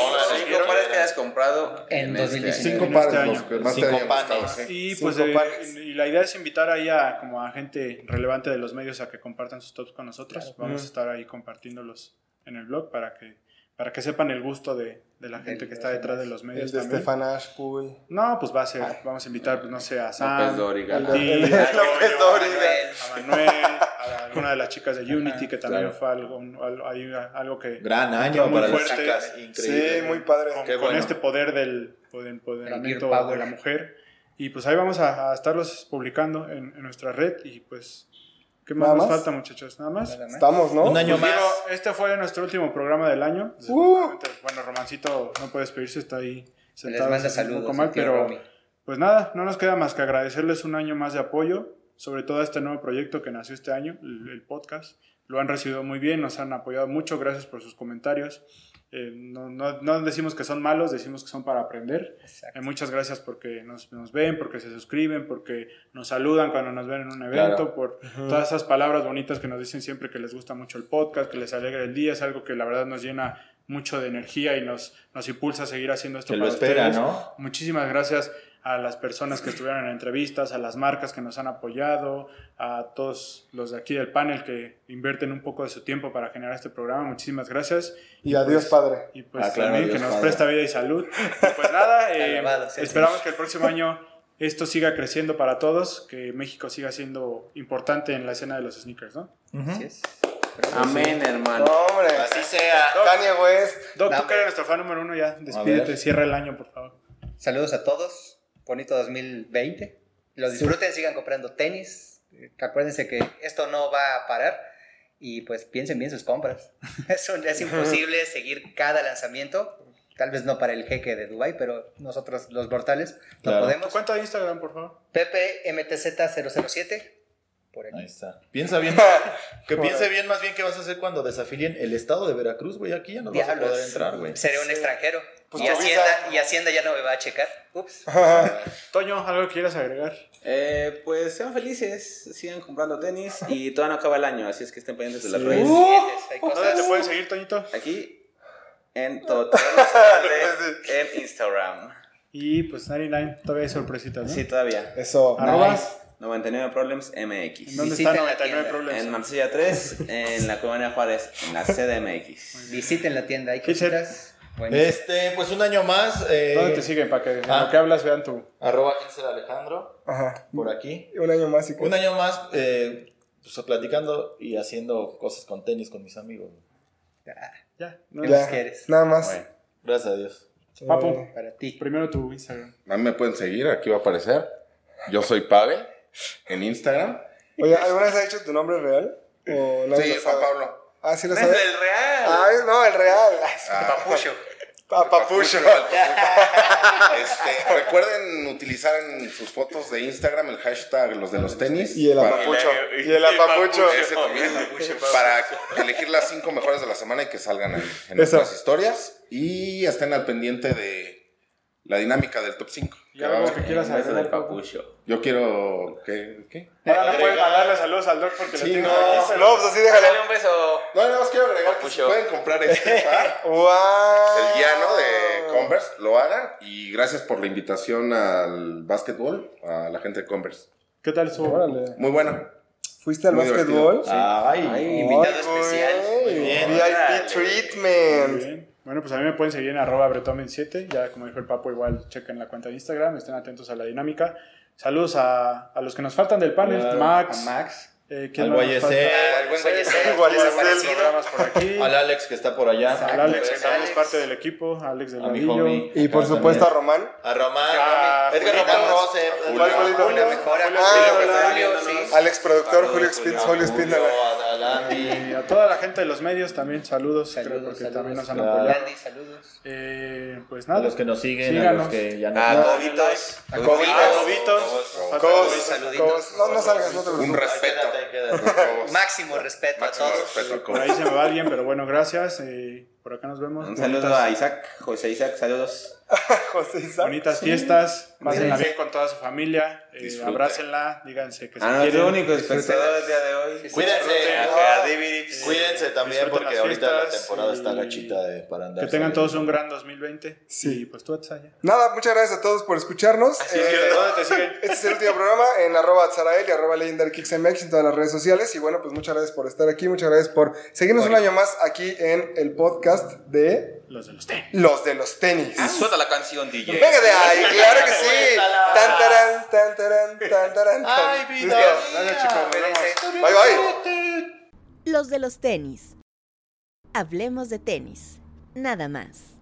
Speaker 7: cinco pares que hayas comprado
Speaker 3: En
Speaker 7: este año.
Speaker 3: 2019.
Speaker 6: Cinco
Speaker 4: En
Speaker 6: pares
Speaker 4: este
Speaker 6: los
Speaker 4: año.
Speaker 6: que más te
Speaker 8: Cinco
Speaker 6: hayan gustado.
Speaker 8: panes.
Speaker 6: sí.
Speaker 4: Y
Speaker 5: Cinco
Speaker 4: pues eh,
Speaker 5: pares.
Speaker 4: y la idea es invitar ahí a como a gente relevante de los medios a que compartan sus tops con nosotros. Vamos a estar ahí compartiéndolos en el blog para que para que sepan el gusto de, de la gente
Speaker 3: Del-
Speaker 4: que está detrás de los medios
Speaker 5: El de
Speaker 4: también.
Speaker 5: Stefan Ashpool.
Speaker 4: No, pues va a ser, vamos a invitar pues no sé a Sam,
Speaker 7: Dóriga.
Speaker 4: a
Speaker 7: El-
Speaker 4: ti,
Speaker 5: el-
Speaker 4: a
Speaker 5: el-
Speaker 4: Yoyo,
Speaker 5: López
Speaker 4: a
Speaker 5: Dóriga.
Speaker 4: Manuel, a Manuel, a alguna de las chicas de Unity que también
Speaker 8: Claro.
Speaker 4: fue algo, algo- ahí algo que
Speaker 8: Gran
Speaker 4: Está
Speaker 8: año
Speaker 4: muy
Speaker 8: para las
Speaker 4: fuerte.
Speaker 8: chicas. Increíble.
Speaker 5: Sí, muy padre.
Speaker 4: con,
Speaker 8: Qué
Speaker 4: con
Speaker 8: bueno.
Speaker 4: este poder del, del empoderamiento
Speaker 3: El gear
Speaker 4: de
Speaker 3: power.
Speaker 4: la mujer. Y pues ahí vamos a, a estarlos publicando en, en nuestra red. Y pues, ¿qué más
Speaker 5: Nada
Speaker 4: nos
Speaker 5: más.
Speaker 4: falta, muchachos? Nada más.
Speaker 3: Nada más.
Speaker 5: Estamos, ¿no?
Speaker 8: Un año
Speaker 4: Pues,
Speaker 8: más.
Speaker 4: digo, este fue nuestro último programa del año.
Speaker 5: Uh.
Speaker 4: Bueno, Romancito no puede despedirse, está ahí
Speaker 3: Se les
Speaker 4: sentado.
Speaker 3: manda
Speaker 4: se siente
Speaker 3: saludos.
Speaker 4: un poco mal,
Speaker 3: el tío
Speaker 4: pero
Speaker 3: Romy.
Speaker 4: pues nada, no nos queda más que agradecerles un año más de apoyo, sobre todo a este nuevo proyecto que nació este año, el, el podcast. lo han recibido muy bien, nos han apoyado mucho, gracias por sus comentarios. Eh, no, no- no decimos que son malos, decimos que son para aprender. Eh,
Speaker 3: Exacto.
Speaker 4: muchas gracias porque nos, nos ven, porque se suscriben, porque nos saludan cuando nos ven en un evento,
Speaker 8: Claro.
Speaker 4: por todas esas palabras bonitas que nos dicen siempre que les gusta mucho el podcast, que les alegra el día, es algo que la verdad nos llena mucho de energía y nos, nos impulsa a seguir haciendo esto
Speaker 8: Se lo
Speaker 4: para
Speaker 8: espera,
Speaker 4: ustedes.
Speaker 8: ¿no?
Speaker 4: Muchísimas gracias a las personas que estuvieron en entrevistas, a las marcas que nos han apoyado, a todos los de aquí del panel que invierten un poco de su tiempo para generar este programa. Muchísimas gracias.
Speaker 5: Y adiós, padre.
Speaker 4: Y pues
Speaker 8: Ah, claro,
Speaker 4: también
Speaker 8: adiós,
Speaker 4: que nos
Speaker 8: padre.
Speaker 4: presta vida y salud. Y pues nada, eh,
Speaker 3: Alabado sea el
Speaker 4: esperamos que el próximo año esto siga creciendo para todos, que México siga siendo importante en la escena de los sneakers, ¿no?
Speaker 3: Así es.
Speaker 7: Amén, hermano.
Speaker 5: No, hombre.
Speaker 3: Así sea.
Speaker 5: Tania West.
Speaker 4: Doc, tú
Speaker 3: Dame.
Speaker 4: que eres nuestro fan número uno ya, despídete,
Speaker 8: ver.
Speaker 4: cierra el año, por favor.
Speaker 3: Saludos a todos. Bonito 2020. Lo disfruten, sigan comprando tenis. Acuérdense que esto no va a parar. Y pues piensen bien sus compras. <laughs> Es, un- es imposible seguir cada lanzamiento. Tal vez no para el jeque de Dubai, pero nosotros los mortales no
Speaker 8: Claro.
Speaker 4: Tu
Speaker 3: podemos.
Speaker 4: cuenta de Instagram, por favor.
Speaker 3: PPMTZ007. Por ahí.
Speaker 8: Ahí está. Piensa bien. que piense bien más bien qué vas a hacer cuando desafilien el estado de Veracruz, güey. Aquí ya no vas a
Speaker 3: Diablos.
Speaker 8: poder entrar, güey.
Speaker 3: Seré un extranjero.
Speaker 5: Pues
Speaker 3: y,
Speaker 5: tu
Speaker 3: Hacienda,
Speaker 5: visa.
Speaker 3: y Hacienda ya no me va a checar. Ups.
Speaker 4: Toño, ¿algo que quieras agregar?
Speaker 7: Eh, pues sean felices, sigan comprando tenis y todavía no acaba el año, así es que estén pendientes de las
Speaker 4: Sí.
Speaker 8: Pues,
Speaker 7: redes.
Speaker 3: Uh. Billetes, hay
Speaker 4: ¿Dónde te
Speaker 3: cosas.
Speaker 4: pueden seguir, Toñito?
Speaker 7: Aquí en Total <laughs> Sale, en Instagram.
Speaker 4: Y pues 99, todavía hay sorpresitas, ¿no?
Speaker 7: Sí, todavía.
Speaker 5: Eso.
Speaker 8: Ah,
Speaker 4: Arroba,
Speaker 7: 99 Problems
Speaker 4: ¿en
Speaker 7: MX.
Speaker 3: Visiten
Speaker 4: dónde está
Speaker 3: la
Speaker 4: 99
Speaker 3: tienda.
Speaker 4: Problems?
Speaker 7: En Marsella 3, en la Colonia Juárez, en la CDMX.
Speaker 3: Visiten la tienda. Hay
Speaker 4: ¿Qué se-
Speaker 3: cositas. buenísimas.
Speaker 8: Este, pues un año más. eh,
Speaker 4: ¿Dónde te siguen para que en
Speaker 8: Ah.
Speaker 4: lo que hablas vean tu...
Speaker 8: Arroba Ginser Alejandro,
Speaker 5: Ajá.
Speaker 8: por aquí.
Speaker 5: Un año más y que-
Speaker 8: Un año más, eh, pues platicando y haciendo cosas con tenis con mis amigos.
Speaker 4: Ya, no,
Speaker 5: Ya.
Speaker 3: más quieres?
Speaker 5: Nada más. Eh,
Speaker 8: Bueno, gracias a Dios.
Speaker 4: Papu,
Speaker 3: Para ti.
Speaker 4: primero tu Instagram.
Speaker 6: A mí me pueden seguir, aquí va a aparecer. Yo soy Pavel en Instagram.
Speaker 5: Oye, ¿alguna vez has hecho tu nombre real? ¿O nadie
Speaker 6: Sí,
Speaker 5: lo
Speaker 6: Juan
Speaker 5: sabe?
Speaker 6: Pablo.
Speaker 5: Ah, sí lo
Speaker 7: ¡Es
Speaker 5: sabes.
Speaker 7: del Real!
Speaker 5: Ah, es- no, el real.
Speaker 6: Ah, <laughs>
Speaker 3: Papucho.
Speaker 5: A Papucho.
Speaker 6: Este, recuerden utilizar en sus fotos de Instagram el hashtag los de los tenis.
Speaker 5: Y el
Speaker 6: Para-
Speaker 5: apapucho. Y el apapucho.
Speaker 6: Ese también. Para elegir las cinco mejores de la semana y que salgan en, en
Speaker 5: Eso.
Speaker 6: nuestras historias. Y estén al pendiente de la dinámica del top 5.
Speaker 4: Y algo que quieras
Speaker 7: Un beso
Speaker 4: agregar,
Speaker 7: del
Speaker 4: Papu.
Speaker 7: papucho.
Speaker 6: Yo quiero. ¿Qué? ¿Qué?
Speaker 4: Ahora no puedes mandarle saludos al Doc porque
Speaker 6: Sí,
Speaker 4: lo
Speaker 6: no.
Speaker 4: tengo aquí.
Speaker 5: No, pues así déjalo.
Speaker 7: un beso!
Speaker 6: No, nada más quiero agregar que si
Speaker 7: Papucho.
Speaker 6: pueden comprar este par,
Speaker 5: ¡Wow!
Speaker 6: el llano
Speaker 5: Ah.
Speaker 6: de Converse, lo hagan. Y gracias por la invitación al básquetbol, a la gente de Converse.
Speaker 4: ¿Qué tal su...?
Speaker 5: Órale.
Speaker 6: Muy bueno.
Speaker 5: ¿Fuiste al
Speaker 6: Muy
Speaker 5: básquetbol?
Speaker 8: Ay,
Speaker 3: Invitado
Speaker 5: Ay, güey.
Speaker 3: especial.
Speaker 8: Muy bien.
Speaker 5: VIP
Speaker 7: Órale.
Speaker 4: Muy
Speaker 5: treatment.
Speaker 4: bien. Bueno, pues a mí me pueden seguir en arroba bretomin7. Ya como dijo el papo, igual chequen la cuenta de Instagram, estén atentos a la dinámica. Saludos a, a los que nos faltan del panel,
Speaker 8: Claro,
Speaker 4: Max,
Speaker 3: Max.
Speaker 4: eh,
Speaker 8: al
Speaker 4: más nos
Speaker 8: YSL,
Speaker 4: falta?
Speaker 3: Al buen Guayacel.
Speaker 5: Igual es
Speaker 4: Varios programas por aquí,
Speaker 8: al Alex que está por allá.
Speaker 4: al Alex, que también es
Speaker 3: Alex.
Speaker 4: parte del equipo, Alex del
Speaker 8: A mi
Speaker 4: Ladillo,
Speaker 8: homie.
Speaker 5: Y por
Speaker 8: Acá
Speaker 5: supuesto a
Speaker 8: también.
Speaker 5: Román.
Speaker 8: A Román.
Speaker 4: Ah,
Speaker 8: Edgar
Speaker 3: Julián.
Speaker 8: Román Roser.
Speaker 5: ¿Cuál fue el
Speaker 8: Julio.
Speaker 3: Una
Speaker 5: Julio.
Speaker 3: mejora.
Speaker 5: Julio,
Speaker 3: Ah,
Speaker 5: Julio,
Speaker 3: Julio, sí.
Speaker 5: Alex productor,
Speaker 8: Saludos,
Speaker 5: Julio Spin- Julio
Speaker 8: Pues Julio,
Speaker 5: Spínola.
Speaker 8: a Landy.
Speaker 4: y a toda la gente de los medios también. Saludos, creo,
Speaker 3: Saludos,
Speaker 4: porque
Speaker 3: saludos.
Speaker 4: también nos han
Speaker 8: Claro.
Speaker 4: apoyado.
Speaker 3: Andy, saludos.
Speaker 4: Eh, pues
Speaker 8: A
Speaker 4: nada,
Speaker 8: los que nos siguen, a
Speaker 4: Síganos.
Speaker 8: los que ya no.
Speaker 7: A
Speaker 5: A Cobitos.
Speaker 4: Ah, Cobitos.
Speaker 8: Cobos.
Speaker 4: Falta
Speaker 5: Cobos.
Speaker 4: Luis.
Speaker 5: Cobos. No, no salgas, no te
Speaker 6: Un
Speaker 5: preocupes.
Speaker 6: respeto.
Speaker 8: Quédate, quédate.
Speaker 3: Máximo respeto a
Speaker 6: Máximo
Speaker 3: todos.
Speaker 6: respeto al
Speaker 4: Por
Speaker 6: coach.
Speaker 4: ahí se me va alguien, pero bueno, gracias. eh, por acá nos vemos.
Speaker 7: Un saludo a Isaac, José Isaac, saludos.
Speaker 5: José Isaac.
Speaker 4: Bonitas fiestas, pásenla
Speaker 3: Cuídense.
Speaker 4: bien con toda su familia, eh,
Speaker 6: Disfruten.
Speaker 4: abrácenla, díganse que se
Speaker 7: Ah, no, es el
Speaker 4: quieren.
Speaker 7: único espectador del día de hoy.
Speaker 8: Cuídense.
Speaker 7: Ajá, Divirips.
Speaker 8: Cuídense también
Speaker 4: Eh, Disfruten
Speaker 8: porque
Speaker 4: las
Speaker 8: ahorita la
Speaker 4: fiestas
Speaker 8: temporada está
Speaker 4: y-
Speaker 8: gachita de, para andar.
Speaker 4: Que tengan
Speaker 8: saliendo.
Speaker 4: todos un gran 2020.
Speaker 5: Sí.
Speaker 4: Y pues tú, Atsaya.
Speaker 5: Nada, muchas gracias a todos por escucharnos. Eh,
Speaker 4: ¿Dónde te siguen?
Speaker 5: Este es el último programa en arroba Zarael y arroba Legendary Kicks MX en todas las redes sociales. Y bueno, pues muchas gracias por estar aquí. Muchas gracias por seguirnos un año más aquí en el podcast de
Speaker 4: Los de los tenis.
Speaker 5: Los de los Tenis.
Speaker 7: Suelta la canción, DJ.
Speaker 5: Venga de ahí, claro que sí. Tan tarán, tan tarán, tan tarán. tan.
Speaker 8: Ay, vida.
Speaker 5: Listo.
Speaker 4: Gracias, chicos. nos vemos.
Speaker 5: Bye, bye.
Speaker 1: Los de los tenis. Hablemos de tenis. Nada más.